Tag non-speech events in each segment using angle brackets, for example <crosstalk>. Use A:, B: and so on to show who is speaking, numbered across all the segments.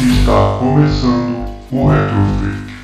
A: Está começando o Retrofit.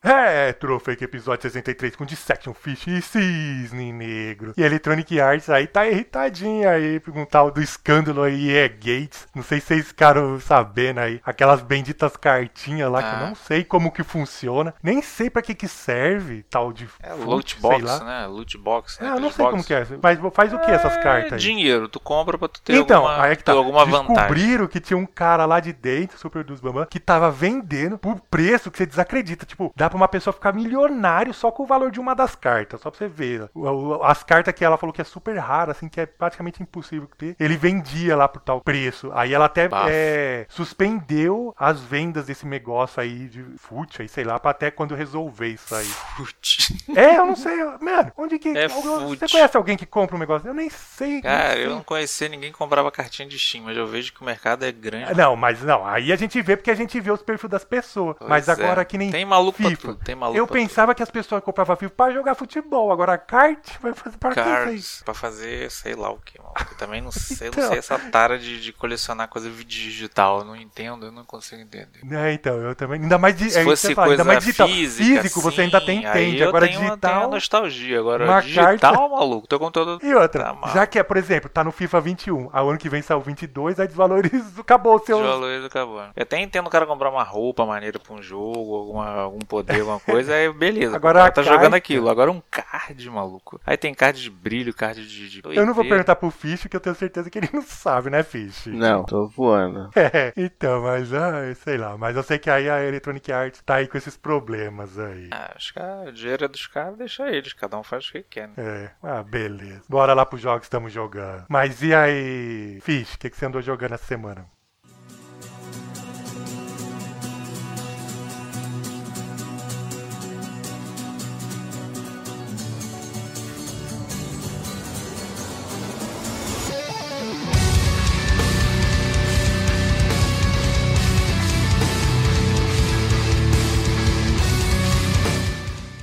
B: Retrofake episódio 63 com Dissection Fish e Cisne Negro. E Electronic Arts aí tá irritadinha aí, perguntar do escândalo aí é Gates. Não sei se vocês ficaram sabendo aí, aquelas benditas cartinhas lá que
C: Ah.
B: eu não sei como que funciona, nem sei pra que que serve tal de
C: É
B: fruit,
C: loot
B: sei lá.
C: box, né? Loot box,
B: É,
C: né?
B: eu não
C: Loot
B: sei
C: box. Ah, É
B: como que é, mas faz o que essas cartas aí?
C: Dinheiro, tu compra pra tu ter
B: então,
C: alguma,
B: aí é que tá.
C: ter alguma vantagem.
B: Descobriram que tinha um cara lá de dentro, Super dos Bambam, que tava vendendo por preço que você desacredita. Tipo, dá pra uma pessoa ficar milionário só com o valor de uma das cartas, só pra você ver. O- o- As cartas que ela falou que é super rara, assim, que é praticamente impossível ter, ele vendia lá por tal preço. Aí ela até
C: Bafo.
B: é, suspendeu as vendas desse negócio aí de fute, aí, sei lá, pra até quando resolver isso
C: <laughs>
B: aí.
C: Putz.
B: é, eu não sei, mano, onde que.
C: É
B: você
C: fute.
B: conhece alguém que compra um negócio? Eu nem sei. nem
C: Cara,
B: sei.
C: eu não conhecia ninguém que comprava cartinha de Steam, mas eu vejo que o mercado é grande.
B: <laughs> Não, mas não. Aí a gente vê porque a gente vê os perfis das pessoas.
C: Pois
B: mas
C: é.
B: agora que nem
C: Tem maluco pra
B: FIFA.
C: tudo, tem maluco
B: Eu
C: pra tudo.
B: pensava que as pessoas compravam FIFA pra jogar futebol. Agora kart vai fazer pra quê isso aí?
C: Cards, pra fazer sei lá o que, maluco. Eu também não sei, eu
B: Então.
C: não sei essa tara de, de colecionar coisa digital. Eu não entendo, eu não consigo entender.
B: É, então, eu também. Ainda mais de,
C: Se
B: é isso que
C: fosse
B: você fala,
C: coisa
B: ainda mais digital.
C: física,
B: Físico
C: assim,
B: você ainda tem,
C: aí
B: entende.
C: eu
B: Agora
C: tenho, Tenho a
B: digital.
C: nostalgia,
B: uma
C: agora digital,
B: carta-
C: maluco. Teu computador
B: E outra,
C: tá mal.
B: já que é, por exemplo, tá no FIFA 21, a ano que vem saiu 22, aí desvaloriza, acabou o seu.
C: Desvaloriza o carbono. Eu até entendo o cara comprar uma roupa maneira pra um jogo, alguma, algum poder, alguma coisa, aí beleza.
B: Agora
C: o
B: a
C: cara tá
B: carta-
C: jogando aquilo. Agora um card, maluco. Aí tem card de brilho, card de. de
B: Eu não vou
C: 2D.
B: perguntar pro Fish, que eu tenho certeza que ele não sabe, né, Fish?
D: Não, tô voando.
B: <laughs> É, então, mas ah, sei lá, mas eu sei que aí a Electronic Arts tá aí com esses problemas aí.
C: Ah, os caras, o dinheiro é dos caras, deixa eles, cada um faz o que quer, né?
B: É, ah, beleza. Bora lá pros jogos que estamos jogando. Mas e aí, Fish, o que, que você andou jogando essa semana?
D: <laughs>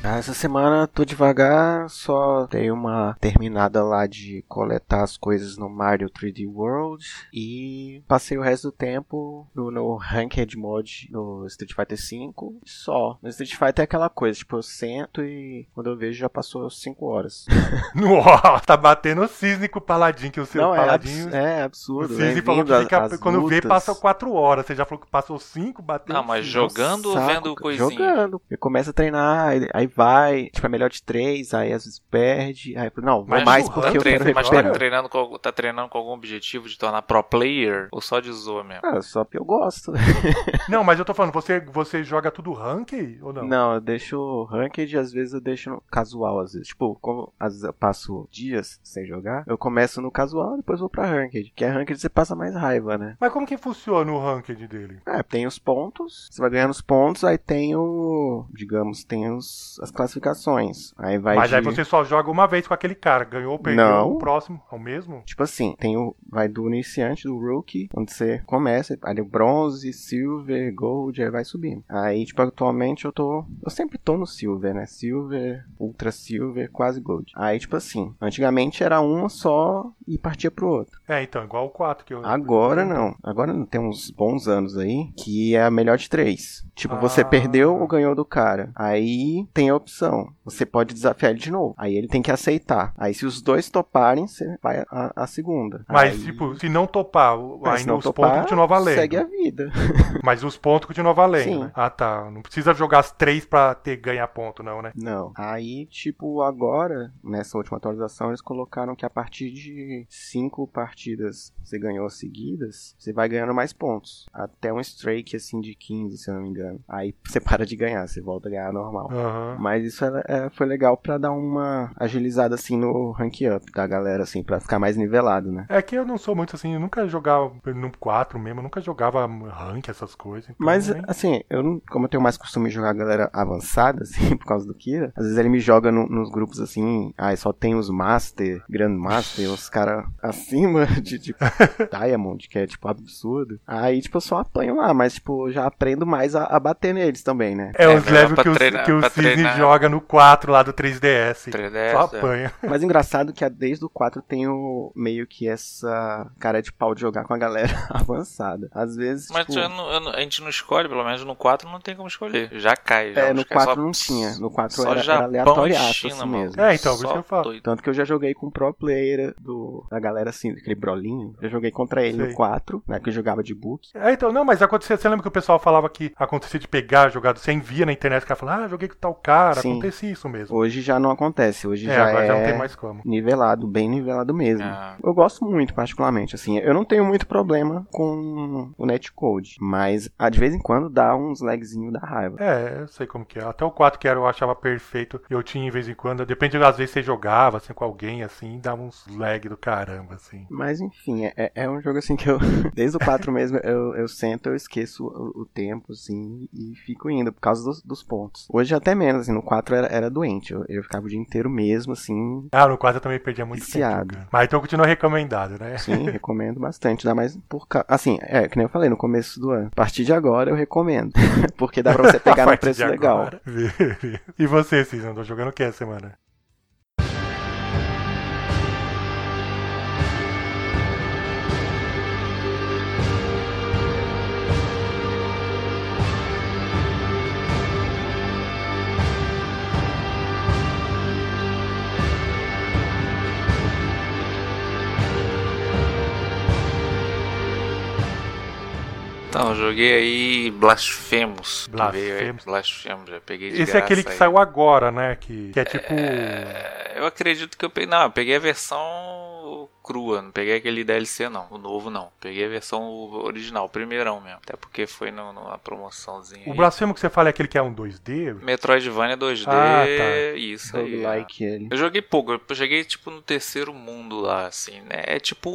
D: Ah, Essa semana tô devagar, só dei uma terminada lá de coletar as coisas no Mario 3D World e passei o resto do tempo no, no Ranked Mod no Street Fighter V só. No Street Fighter é aquela coisa, tipo, eu sento e quando eu vejo já passou 5 horas.
B: Nossa, tá batendo o cisne com o Paladin, que o seu
D: Não, é,
B: Paladinho.
D: abs é
B: o
D: absurdo.
B: cisne
D: bem-vindo
B: falou que
D: às-
B: fica,
D: às
B: quando vê,
D: lutas.
B: passa 4 horas. Você já falou que passou 5, bateu.
C: Não, mas
B: cinco.
C: É <laughs> jogando ou
D: Saco,
C: vendo
D: cara.
C: coisinha?
D: Jogando. Eu começo a treinar, aí, aí vai, tipo, é melhor de três, aí às vezes perde, aí não, vou
B: Mas
D: mais
B: não
C: tá,
D: porque eu
C: trein-
D: quero
C: mas tá
D: recuperar.
C: treinando, com, algum- tá treinando com algum objetivo de tornar pro player ou só de zoa mesmo?
D: Ah, só porque eu gosto.
B: Não, mas eu tô falando, você, você joga tudo rank ou não?
D: <laughs> Não. eu deixo ranked, às vezes eu deixo no casual, às vezes. Tipo, como às vezes eu passo dias sem jogar, eu começo no casual, depois vou pra ranked. Porque a ranked você passa mais raiva, né?
B: Mas como que funciona o ranked dele?
D: É, tem os pontos, você vai ganhando os pontos, aí tem o. Digamos, tem os, as classificações. Aí vai
B: mas aí
D: de-
B: você só joga uma vez com aquele cara. Ganhou ou perdeu
D: Não.
B: o próximo? É o mesmo?
D: Tipo assim, tem o. Vai do iniciante, do rookie, onde você começa, aí o bronze, silver, gold, aí vai subindo. Aí, tipo, atualmente eu tô. Eu sempre tô no silver, né? Silver, ultra silver, quase gold. Aí, tipo assim, antigamente era um só e partia pro outro.
B: É, então, igual o 4 que eu.
D: Agora não. Agora não tem uns bons anos aí que é a melhor de três. Tipo, você
B: Ah.
D: perdeu ou ganhou do cara. Aí tem a opção. Você pode desafiar ele de novo. Aí ele tem que aceitar. Aí se os dois toparem, você vai a, a segunda.
B: Mas,
D: Aí-
B: tipo, se não topar, o-
D: mas se
B: ainda
D: não
B: os
D: topar,
B: pontos continuam valendo.
D: Segue a vida.
B: Mas os pontos continuam valendo.
D: Sim.
B: né? Ah, tá. Não precisa jogar as três pra ter, ganhar ponto, não, né?
D: Não. Aí, tipo, agora, nessa última atualização, eles colocaram que a partir de cinco partidas que você ganhou seguidas, você vai ganhando mais pontos. Até um strike, assim, de 15, se eu não me engano. Aí <laughs> você para de ganhar, você volta a ganhar normal.
B: Aham.
D: Mas isso era- é, foi legal pra dar uma agilizada, assim, no rank up da galera, assim, pra ficar mais nivelado, né?
B: É que eu não sou muito assim, eu nunca jogava no 4 mesmo, eu nunca jogava rank, essas coisas. então
D: Mas,
B: nem-
D: assim, eu não, como eu tenho mais costume de jogar a galera avançada, <laughs> assim, por causa do Kira, às vezes ele me joga no- nos grupos assim, aí só tem os Master, Grandmaster, os caras acima <laughs> de, de Diamond, que é, tipo, absurdo. Aí, tipo, eu só apanho lá, mas, tipo, eu já aprendo mais a, a bater neles também, né?
B: É, os <laughs>
C: melhor
B: levels
C: pra
B: que, o-
C: treinar-
B: que o
C: pra
B: Cisne
C: nada.
B: joga no 4 lá do 3DS.
C: 3DS,
B: Só
C: é.
B: apanha.
D: Mas engraçado que a- desde o 4 tem o, meio que essa cara de pau de jogar com a galera <laughs> avançada. Às vezes,
C: Mas é
D: tipo,
C: eu não- eu não- a gente não escolhe, pelo menos no 4 não tem como escolher. Já cai. Já
D: é,
C: os
D: no
C: caras
D: 4
C: só-
D: não tinha. No 4
C: Só
D: era, era
C: Japão
D: aleatório
C: e
D: assim
C: China, mano.
D: mesmo.
B: É, então, por
C: Só
B: isso que eu falo.
C: doido.
D: Tanto que eu já joguei com o pro player do, da galera assim, aquele brolinho. Já joguei contra ele
B: Sei.
D: no 4, né? Que eu jogava de book.
B: É, então, não, mas acontecia. Você lembra que o pessoal falava que acontecia de pegar jogador? Você envia na internet, o cara fala, ah, joguei com tal cara.
D: Sim.
B: Acontecia isso mesmo.
D: Hoje já não acontece. Hoje
B: é,
D: já
B: agora
D: é
B: já não tem mais É. como.
D: nivelado, bem nivelado mesmo.
C: Ah.
D: Eu gosto muito, particularmente, assim. Eu não tenho muito problema com o netcode, mas ah, de vez em quando dá uns lagzinhos da raiva.
B: É, eu sei como que é. Até o 4 que era, eu achava perfeito. Eu tinha de vez em quando. Depende, às vezes você jogava assim, com alguém assim, dava uns lag do caramba, assim.
D: Mas enfim, é- é, é um jogo assim que eu. <laughs> Desde o 4 mesmo, eu, eu sento, eu esqueço o, o tempo, assim, e fico indo, por causa dos, dos pontos. Hoje até menos, assim, no 4 era, era doente. Eu, eu ficava o dia inteiro mesmo, assim.
B: Ah, no 4 eu também perdia muito
D: Viciado.
B: tempo. jogando. Mas então continua recomendado, né?
C: <laughs>
D: Sim, recomendo bastante. Dá mais por ca- Assim, é, que nem eu falei no começo do ano. A partir de agora eu recomendo. <laughs> Porque
C: <laughs>
D: dá pra você
B: <laughs>
D: pegar
B: A
D: no
B: partir de
D: preço legal.
B: agora. e você, Cis, andou jogando o que essa semana?
C: Então, eu joguei aí Blasphemous. que veio aí.
B: Blasphemous.
C: Blasphemous, já peguei de
B: Esse é
C: graça
B: aquele que
C: aí.
B: saiu agora, né? Que, que é tipo.
C: É, Eu acredito que eu peguei. Não, eu peguei a versão crua, não peguei aquele DLC não, o novo não. Peguei a versão original, o primeirão mesmo. Até porque foi no- numa promoçãozinha.
B: O
C: aí.
B: blasfemo que você fala é aquele que é um 2D?
C: Metroidvania 2D,
B: Ah, tá.
C: isso aí. é.
D: Roguelike ele.
C: Eu joguei pouco, eu cheguei tipo no terceiro mundo lá, assim, né? É tipo.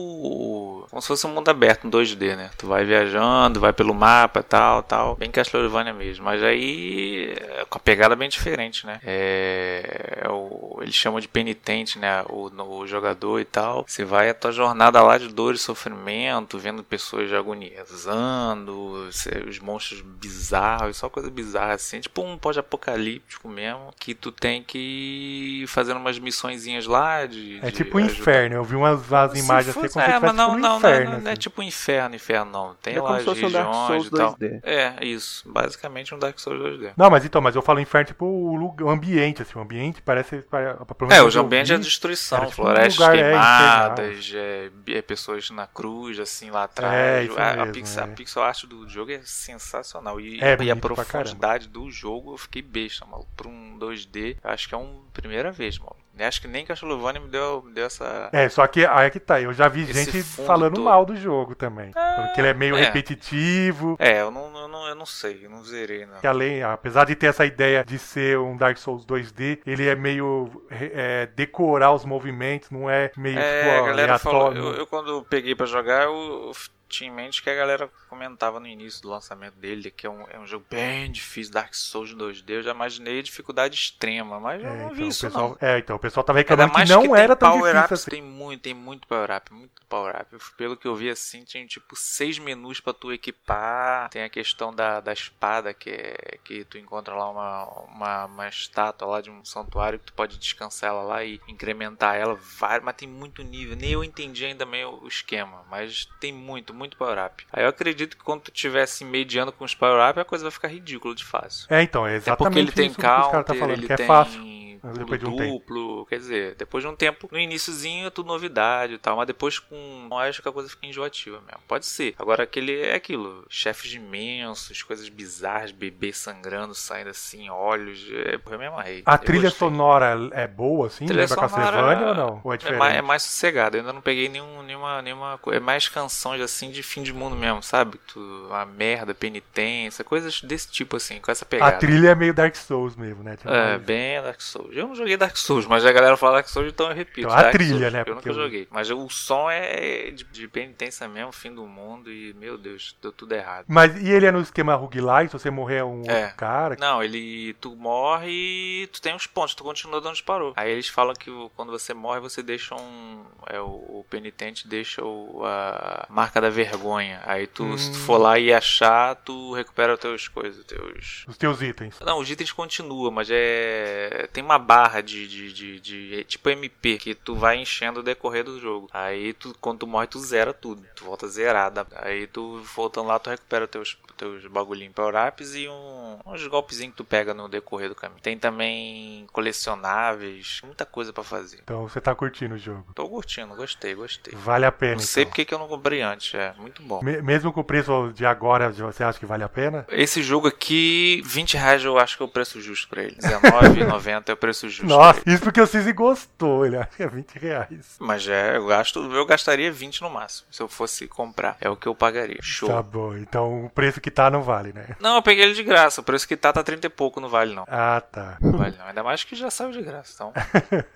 C: Como se fosse um mundo aberto, um 2D, né? Tu vai viajando, vai pelo mapa tal, tal. Bem Castlevania mesmo. Mas aí. é Com a pegada bem diferente, né? É. é o, eles chamam de penitente, né? O, no- o jogador e tal. Você vai a tua jornada lá de dor e sofrimento, vendo pessoas agonizando, cê- os monstros bizarros, só coisa bizarra assim. Tipo um pós-apocalíptico mesmo, que tu tem que ir fazendo umas missõezinhas lá de.
B: É
C: de
B: tipo um
C: ajudar-
B: inferno. Eu vi umas as
C: Se
B: imagens assim
C: fosse-
B: como se
C: é,
B: tivesse
C: mas não,
B: tipo, no
C: não,
B: inferno.
C: não, não, não é
B: assim.
C: tipo um inferno, inferno não. Tem
D: É
C: lá
D: como
C: as
D: se fosse um Dark
C: regiões
D: Souls
C: e tal.
D: 2D.
C: É, isso. Basicamente um Dark Souls 2D.
B: Não, mas então, mas eu falo inferno tipo o lu- o ambiente, assim, o ambiente parece. pare- pelo menos
C: É,
B: eu
C: o ambiente é
B: vi.
C: a destruição,
B: era tipo um
C: florestas
B: lugar, é,
C: queimadas, é, é pessoas na cruz, assim, lá atrás.
B: É, isso
C: a, a
B: mesmo,
C: pixel,
B: é.
C: a pixel art do jogo é sensacional. E,
B: É
C: e a
B: bonito pra
C: profundidade do jogo eu fiquei besta, maluco. Pra um 2D, eu acho que é uma primeira vez, maluco. Eu Acho que nem Castlevania me deu, me deu essa.
B: É, só que aí é que tá. Eu já vi
C: Esse
B: gente
C: fundo
B: falando
C: todo.
B: mal do jogo também. Falando que ele é meio
C: é.
B: repetitivo.
C: É, eu não, eu não, eu não sei, eu não zerei, não.
B: Que além, apesar de ter essa ideia de ser um Dark Souls 2D, ele é meio é, decorar os movimentos, não é meio
C: É, a
B: tipo,
C: galera falou.
B: aleatório.
C: Eu, eu quando peguei pra jogar, eu, eu tinha em mente que a galera comentava no início do lançamento dele que é um, é um jogo bem difícil, Dark Souls 2D. Eu já imaginei dificuldade extrema, mas eu
B: É,
C: não
B: então,
C: vi isso
B: o pessoal,
C: não.
B: é, então, o pessoal tava
C: Ainda
B: reclamando que
C: mais
B: não
C: que
B: era
C: tem
B: tão
C: power
B: difícil
C: ups,
B: assim.
C: tem muito, tem muito power up, muito power up. Eu- Pelo que eu vi assim, tinha tipo seis menus pra tu equipar. Tem a questão da, da espada que é, que tu encontra lá uma, uma, uma estátua lá de um santuário que tu pode descansar ela lá e incrementar ela, vai, mas tem muito nível. Nem eu entendi ainda meio o esquema, mas tem muito, muito power up. Aí eu acredito que quando tu tiver assim mediando com os power up, a coisa vai ficar ridícula de fácil.
B: É, então, é
C: É porque
B: exatamente
C: ele tem
B: isso que os
C: counter,
B: caras tá falando,
C: ele
B: que é
C: tem
B: fácil.
C: pulo
B: depois de um tempo.
C: duplo, quer dizer, depois de um tempo, no iniciozinho é tudo novidade e tal, mas depois com eu acho que a coisa fica enjoativa mesmo. Pode ser. Agora aquele é aquilo, chefes imensos, coisas bizarras, bebê sangrando, saindo assim, olhos, é, eu me amarrei.
B: A
C: Eu
B: trilha
C: gostei.
B: sonora é boa, assim?
C: Trilha
B: lembra
C: sonora-
B: Castlevania ou não? Ou é
C: É
B: diferente?
C: mais, é mais sossegado, eu ainda não peguei nenhum, nenhuma, nenhuma co- É mais canções assim de fim de mundo mesmo, sabe? Tu, a merda, penitência, coisas desse tipo assim, com essa pegada.
B: A trilha é meio Dark Souls mesmo, né? Tipo,
C: É, bem Dark Souls. Souls. Eu não joguei Dark Souls, mas a galera fala Dark Souls, então eu repito.
B: Então, a
C: Dark
B: trilha,
C: Souls,
B: né,
C: Eu
B: porque
C: nunca
B: eu-
C: joguei. Mas o som é de, de penitência mesmo, fim do mundo e, meu Deus, deu tudo errado.
B: Mas e ele é no esquema roguelike, se você morrer é um
C: É.
B: outro cara.
C: Não, ele. Tu morre e tu tem uns pontos, tu continua de onde parou. Aí eles falam que o- quando você morre, você deixa um. É, o, o penitente deixa o- a marca da vergonha. Aí tu, se tu
B: Hum.
C: for lá e achar, tu recupera as teus coisas, teus.
B: Os teus itens.
C: Não, os itens continuam, mas é. Tem uma barra de, de, de, de- é Tipo MP, que tu vai enchendo o decorrer do jogo. Aí tu, quando tu morre, tu zera tudo. Tu volta zerada. Aí tu voltando lá, tu recupera teus, teus bagulhinhos power-ups e um, uns golpezinhos que tu pega no decorrer do caminho. Tem também colecionáveis, muita coisa pra fazer.
B: Então você tá curtindo o jogo.
C: Tô curtindo, gostei, gostei.
B: Vale a pena.
C: Não sei
B: então.
C: porque que eu não comprei antes, é muito bom.
B: Me- Mesmo com o preço de agora, você acha que vale a pena?
C: Esse jogo aqui, 20 reais eu acho que é o preço justo pra ele. R$19,90 é o preço justo.
B: Nossa, isso porque o Cizi gostou, ele acha que é 20 reais.
C: Mas é, eu gasto, eu gastaria 20 no máximo, se eu fosse comprar. É o que eu pagaria. Show.
B: Tá bom, então o preço que tá não vale, né?
C: Não, eu peguei ele de graça. O preço que tá tá 30 e pouco, não vale não.
B: Ah, tá.
C: Não vale não. Ainda mais que já saiu de graça,
B: <laughs>
C: então.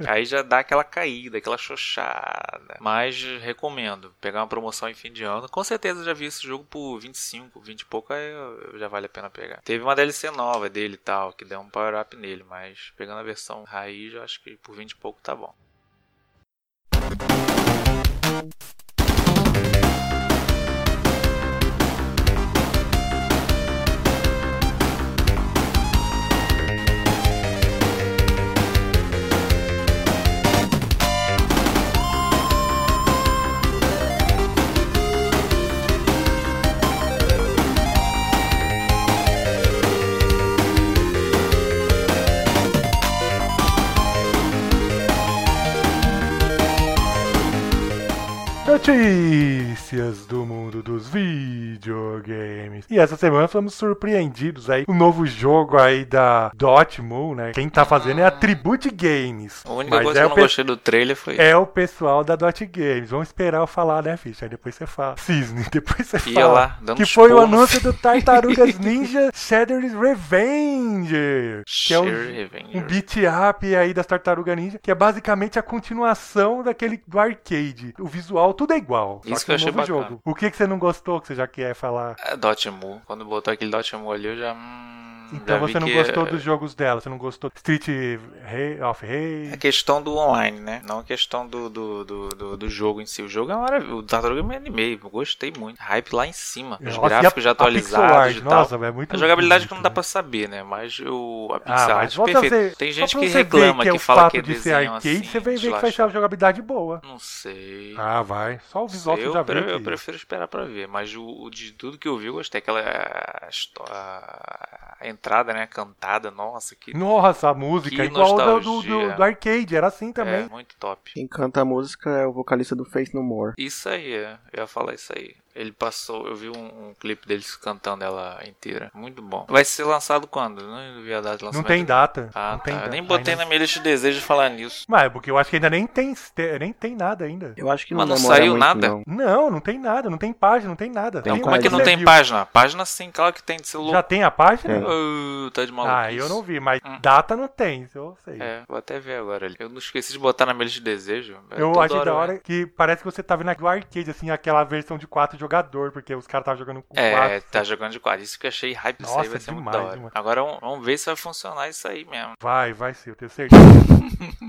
C: Aí já dá aquela caída, aquela xoxada. Mas recomendo pegar uma promoção em fim de ano. Com certeza eu já vi esse jogo por 25, 20 e pouco, aí eu- já vale a pena pegar. Teve uma DLC nova dele e tal, que deu um power up nele, mas pegando a versão raiz, eu acho que por 20 e pouco tá bom.
B: Notícias do mundo dos videogames. E essa semana fomos surpreendidos aí. O novo jogo aí da Dotemu, né? Quem tá fazendo é a Tribute Games.
C: A única
B: Mas
C: coisa
B: é
C: que eu
B: o
C: não
B: pe-
C: gostei do trailer foi
B: É o pessoal da Dot Games. Vamos esperar eu falar, né, ficha? Aí depois você fala. Cisne, <laughs> depois você
C: Ia
B: fala.
C: lá, dando
B: que
C: uns
B: foi o
C: porros.
B: anúncio do
C: <laughs>
B: Tartarugas Ninja Shredder's Revenge. Que é um,
C: Shredder's Revenge.
B: um beat up aí das Tartarugas Ninja, que é basicamente a continuação daquele do arcade. O visual, tudo é igual. só
C: Isso
B: que
C: que
B: é um
C: eu
B: novo
C: achei bacana.
B: jogo. O que, que você não gostou que você já quer falar?
C: É, Dotemu. Quando botou aquele Dotemu ali, eu já. hum, já
B: Então
C: vi
B: você não
C: que
B: gostou
C: é-
B: dos jogos dela, você não gostou Street Ra- of
C: É
B: Rage.
C: questão do online, né? Não a questão do, do, do, do, do jogo em si. O jogo é maravilhoso. O Tartaruga me animei. eu Gostei muito. Hype lá em cima. Os
B: Nossa, e a-
C: gráficos já
B: a pixel art,
C: atualizados e tal.
B: Nossa, é muito
C: a jogabilidade que não
B: bonito,
C: dá
B: né?
C: pra saber, né? Mas o, a
B: Ah,
C: pixel
B: mas
C: art
B: volta a
C: perfeita.
B: ser.
C: Tem
B: só
C: gente
B: pra
C: que
B: você ver
C: reclama,
B: que,
C: que,
B: é o
C: fala
B: fato
C: que é
B: de ser
C: desenho
B: arcade,
C: assim.
B: você vai ver que vai
C: desleixado.
B: ser uma jogabilidade boa.
C: Não sei.
B: Ah, vai. Só o visual você
C: eu,
B: já vê.
C: pre- eu
B: que-
C: prefiro esperar pra ver, mas o, o de tudo que eu vi, eu gostei. Aquela a, histó- a- a entrada, né? Cantada, nossa,
B: Hum,
C: que
B: Nossa, a música
C: Que
B: é igual do, do,
C: nostalgia.
B: do- do arcade, era assim
C: é
B: também.
C: muito top.
D: Quem canta a música é o vocalista do Face No More.
C: Isso aí, é. eu ia falar isso aí. Ele passou, eu vi um, um clipe deles cantando ela inteira. Muito bom. Vai ser lançado quando? Não vi a data de lançamento.
B: Não tem data.
C: Ah,
B: não
C: tá.
B: tem
C: Eu
B: data.
C: nem botei
B: Ainda-
C: na minha lista de desejos de falar nisso.
B: Mas é porque eu acho que ainda nem tem, te- nem tem nada ainda.
D: Eu acho que
C: Mas não
D: demora
C: saiu
D: muito,
C: nada?
D: não.
B: Não, não tem nada, não tem página, não tem nada.
D: Tem
C: Como é que não
D: Mas
C: tem
B: Você
C: página? Página sim, claro que tem de
B: viu-
C: celular.
B: Já tem a página?
D: Tem.
C: tá de maluco.
B: Ah, eu não vi, mas
C: Hum.
B: data não tem, isso eu sei.
C: É, vou até ver agora ali. Eu não esqueci de botar na minha lista de desejo. É
B: Eu
C: toda
B: acho da
C: né?
B: hora que parece que você tá vendo do arcade, assim, aquela versão de quatro jogador, porque os caras estavam jogando com
C: É,
B: quatro.
C: tá jogando de quadro. Isso que eu achei hype disso aí
B: Nossa, é
C: vai ser muito
B: demais,
C: da hora.
B: demais.
C: Agora vamos- vamos ver se vai funcionar isso aí mesmo.
B: Vai, vai ser, eu tenho certeza.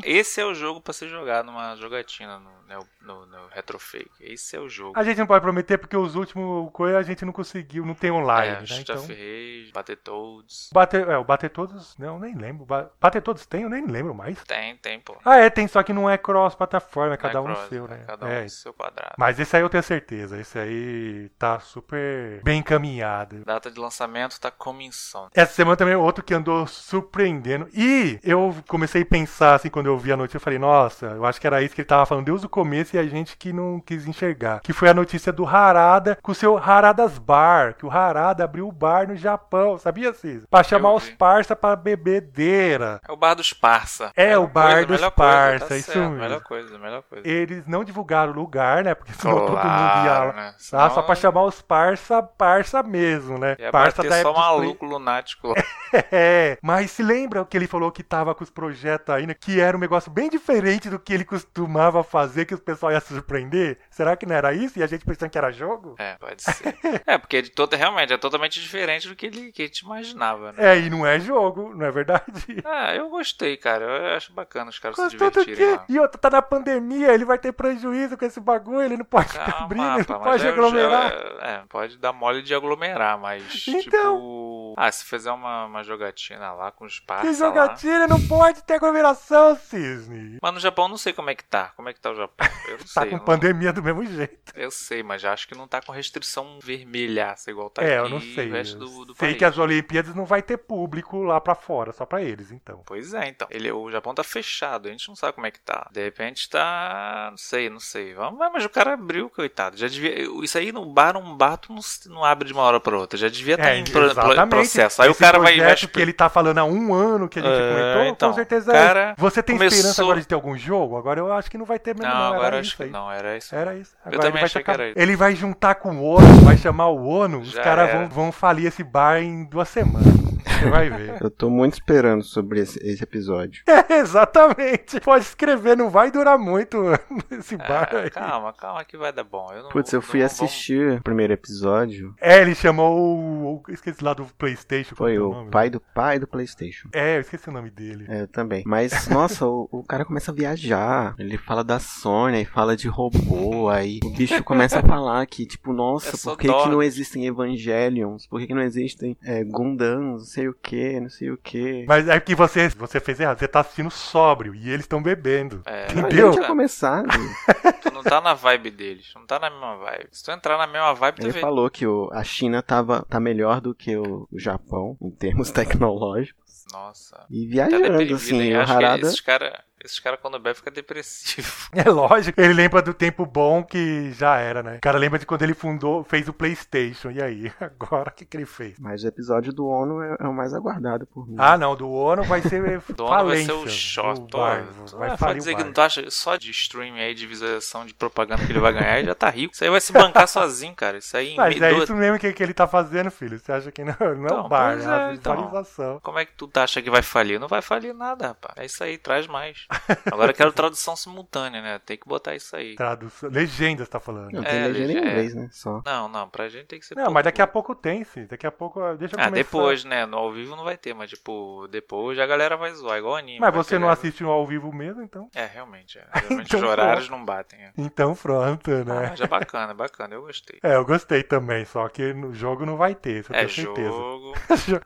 C: Esse é o jogo pra se jogar numa jogatina no, no, no, no Retrofake. Esse é o jogo.
B: A gente não pode prometer porque os últimos coisas a gente não conseguiu, não tem
C: é,
B: online, né?
C: Street
B: Então.
C: of Rage, Battletoads.
B: Bater, é, o Bater Todos, não, nem lembro. Ba- Bater Todos tem, eu nem lembro mais.
C: Tem, tem, pô.
B: Ah, é, tem, só que não é cross-plataforma, é cada um
C: Macross,
B: no seu, né?
C: Cada um
B: é.
C: no seu quadrado.
B: Mas esse aí eu tenho certeza, esse aí tá super bem encaminhado.
C: Data de lançamento tá coming soon.
B: Essa semana também é outro que andou surpreendendo. E eu comecei a pensar, assim, quando eu vi a notícia, eu falei, nossa, eu acho que era isso que ele tava falando desde o começo e a gente que não quis enxergar. Que foi a notícia do Harada com o seu Haradas Bar, que o Harada abriu o bar no Japão, sabia, Cisa? Pra chamar
C: Eu
B: os
C: vi.
B: parça pra bebedeira.
C: É o bar dos parça.
B: É,
C: Melhor
B: o bar
C: coisa,
B: dos
C: melhor coisa,
B: parça,
C: tá
B: isso
C: certo,
B: mesmo.
C: Melhor coisa, melhor coisa.
B: Eles não divulgaram o lugar, né? Porque senão todo mundo ia lá.
C: né?
B: Ah, só
C: Senão
B: pra chamar os parça, parça mesmo, né?
C: Ia
B: parça
C: bater
B: Apple
C: só
B: Store.
C: maluco lunático lá.
B: <laughs> É, mas se lembra que ele falou que tava com os projetos ainda, que era um negócio bem diferente do que ele costumava fazer, que o pessoal ia se surpreender? Será que não era isso? E a gente pensando que era jogo?
C: É, pode ser. <laughs> é, porque ele todo, realmente é totalmente diferente do que ele, que a gente imaginava, né?
B: É, e não é jogo, não é
C: <laughs>
B: verdade?
C: Ah, eu gostei, cara. Eu acho bacana os caras se
B: Gostou do
C: divertirem
B: quê? <laughs>
C: lá.
B: E outra, tá na pandemia, ele vai ter prejuízo com esse bagulho, ele não pode ficar
C: Calma,
B: abrindo, ele
C: pá,
B: não
C: Ah, mas
B: Tá pode
C: eu já-
B: aglomerar.
C: é, pode dar mole de aglomerar, mas
B: <laughs> Então.
C: tipo... Ah, se fizer uma, uma jogatina lá com os parça
B: Que
C: Ah, tá lá...
B: jogatina, não pode ter aglomeração, Cisne.
C: Mas no Japão eu não sei como é que tá. Como é que tá o Japão?
B: <laughs>
C: Eu não
B: Tá
C: sei.
B: com
C: não-
B: pandemia do mesmo jeito.
C: Eu sei, mas já acho que não tá com restrição vermelhaça igual tá
B: é,
C: aqui
B: eu não sei.
C: o resto do, do
B: sei
C: país.
B: que as Olimpíadas não vai ter público lá pra fora, só pra eles, então.
C: Pois é, então. Ele, o Japão tá fechado, a gente não sabe como é que tá. De repente tá. Não sei, não sei. Vamos, mas o cara abriu, coitado. Já devia. Isso aí no bar, um bato não, se- não abre de uma hora pra outra. Já devia estar
B: É,
C: em tá pro- pro-
B: exatamente.
C: processo. Aí
B: Esse
C: o cara vai. vai
B: projeto que ele tá falando há um ano que a gente
C: É,
B: comentou,
C: então,
B: com certeza
C: cara,
B: é. isso. Você tem esperança
C: começou-
B: agora de ter algum jogo? Agora eu acho que não vai ter mesmo.
C: Não,
B: Não,
C: agora
B: era
C: acho
B: isso
C: que
B: aí. É,
C: não, era isso.
B: Era isso. Agora
C: também
B: ele vai
C: achei
B: tocar-
C: que era isso.
B: Ele vai juntar com o ONU, vai chamar o ONU, os
C: Já
B: caras
C: era.
B: vão, vão falir esse bar em duas semanas. Você vai ver. <laughs> É,
D: Eu tô muito esperando sobre esse, esse episódio.
B: Exatamente. Pode escrever, não vai durar muito <laughs> esse bar é
C: Ah,
B: aí.
C: calma, calma que vai dar bom. Eu não,
D: Putz, eu
C: não-
D: fui
C: não-
D: assistir o primeiro episódio.
B: É, ele chamou o. o- Esqueci lá do PlayStation. como
D: Foi
B: que é
D: o
B: nome?
D: pai do pai do PlayStation.
B: É, eu esqueci o nome dele.
D: É, eu também. Mas, nossa, o, o cara começa a viajar. Ele fala da Sony, aí fala de robô, aí o bicho começa a falar que, tipo, nossa,
C: É só
D: por que,
C: dó.
D: que não existem Evangelions? Por que, que não existem é, Gundams, não sei o que, não sei o que.
B: Mas é que você, você fez errado. Você tá assistindo sóbrio e eles estão
C: <laughs>
B: bebendo.
C: É,
B: Entendeu?
C: <laughs>
D: tinha começado.
C: Tu não tá na vibe deles, não tá na mesma vibe. Se tu entrar na mesma vibe, tu
D: Ele
C: vê.
D: falou que o- a China tava, tá melhor do que o, o Japão em termos <laughs> tecnológicos.
C: Nossa.
D: E
C: Tá
D: viajando,
C: deprimido,
D: assim,
C: hein?
D: o
C: Acho que é
D: Harada.
C: esses caras, esses cara, quando bebe, fica depressivo.
B: É lógico. Ele lembra do tempo bom que já era, né? O cara lembra de quando ele fundou, fez o PlayStation. E aí? <laughs> Agora o que, que ele fez?
D: Mas o episódio do ONU é, é o mais aguardado por mim.
B: Ah, não. Do ONU vai
C: <laughs>
B: ser
C: Dono vai
B: falência.
C: ser o
B: do
C: shot.
B: bar.
C: Tu
B: Vai
C: vai
B: falir
C: dizer
B: o
C: que
B: bar.
C: não tá tu acha só de streaming aí, de visualização de propaganda que ele vai ganhar, ele já tá rico. Isso aí vai
B: <laughs>
C: se bancar sozinho, cara. Isso aí em
B: Mas é
C: meio do-
B: isso mesmo que, que ele tá fazendo, filho. Você acha que não, <laughs> não é um
C: Então,
B: bar,
C: pois
B: né? A
C: é, então.
B: visualização.
C: Como é que tu acha que vai falir? Não vai falir nada, rapaz. É isso aí, traz mais. Agora eu quero tradução <laughs> simultânea, né? Tem que botar isso aí.
B: Tradução. Legenda, você tá falando.
D: Não,
B: Não,
D: tem
C: é,
D: legenda em
C: é.
D: inglês, né? Só.
C: Não, não, pra gente tem que ser.
B: mas daqui a pouco tem, sim. Daqui a pouco. Deixa eu
C: Ah,
B: começar.
C: depois, né? No ao vivo não vai ter, mas tipo, depois a galera vai zoar, igual anime.
B: Mas
C: vai
B: você não
C: pegar-
B: assiste um ao vivo mesmo, então?
C: É, realmente.
B: <laughs>
C: É. Geralmente
B: Então,
C: os horários não batem. É.
B: Então pronto,
C: Ah,
B: né?
C: mas é bacana, bacana, eu gostei.
B: É, eu gostei também, só que no jogo não vai ter, isso eu
C: É
B: tenho certeza.
C: jogo.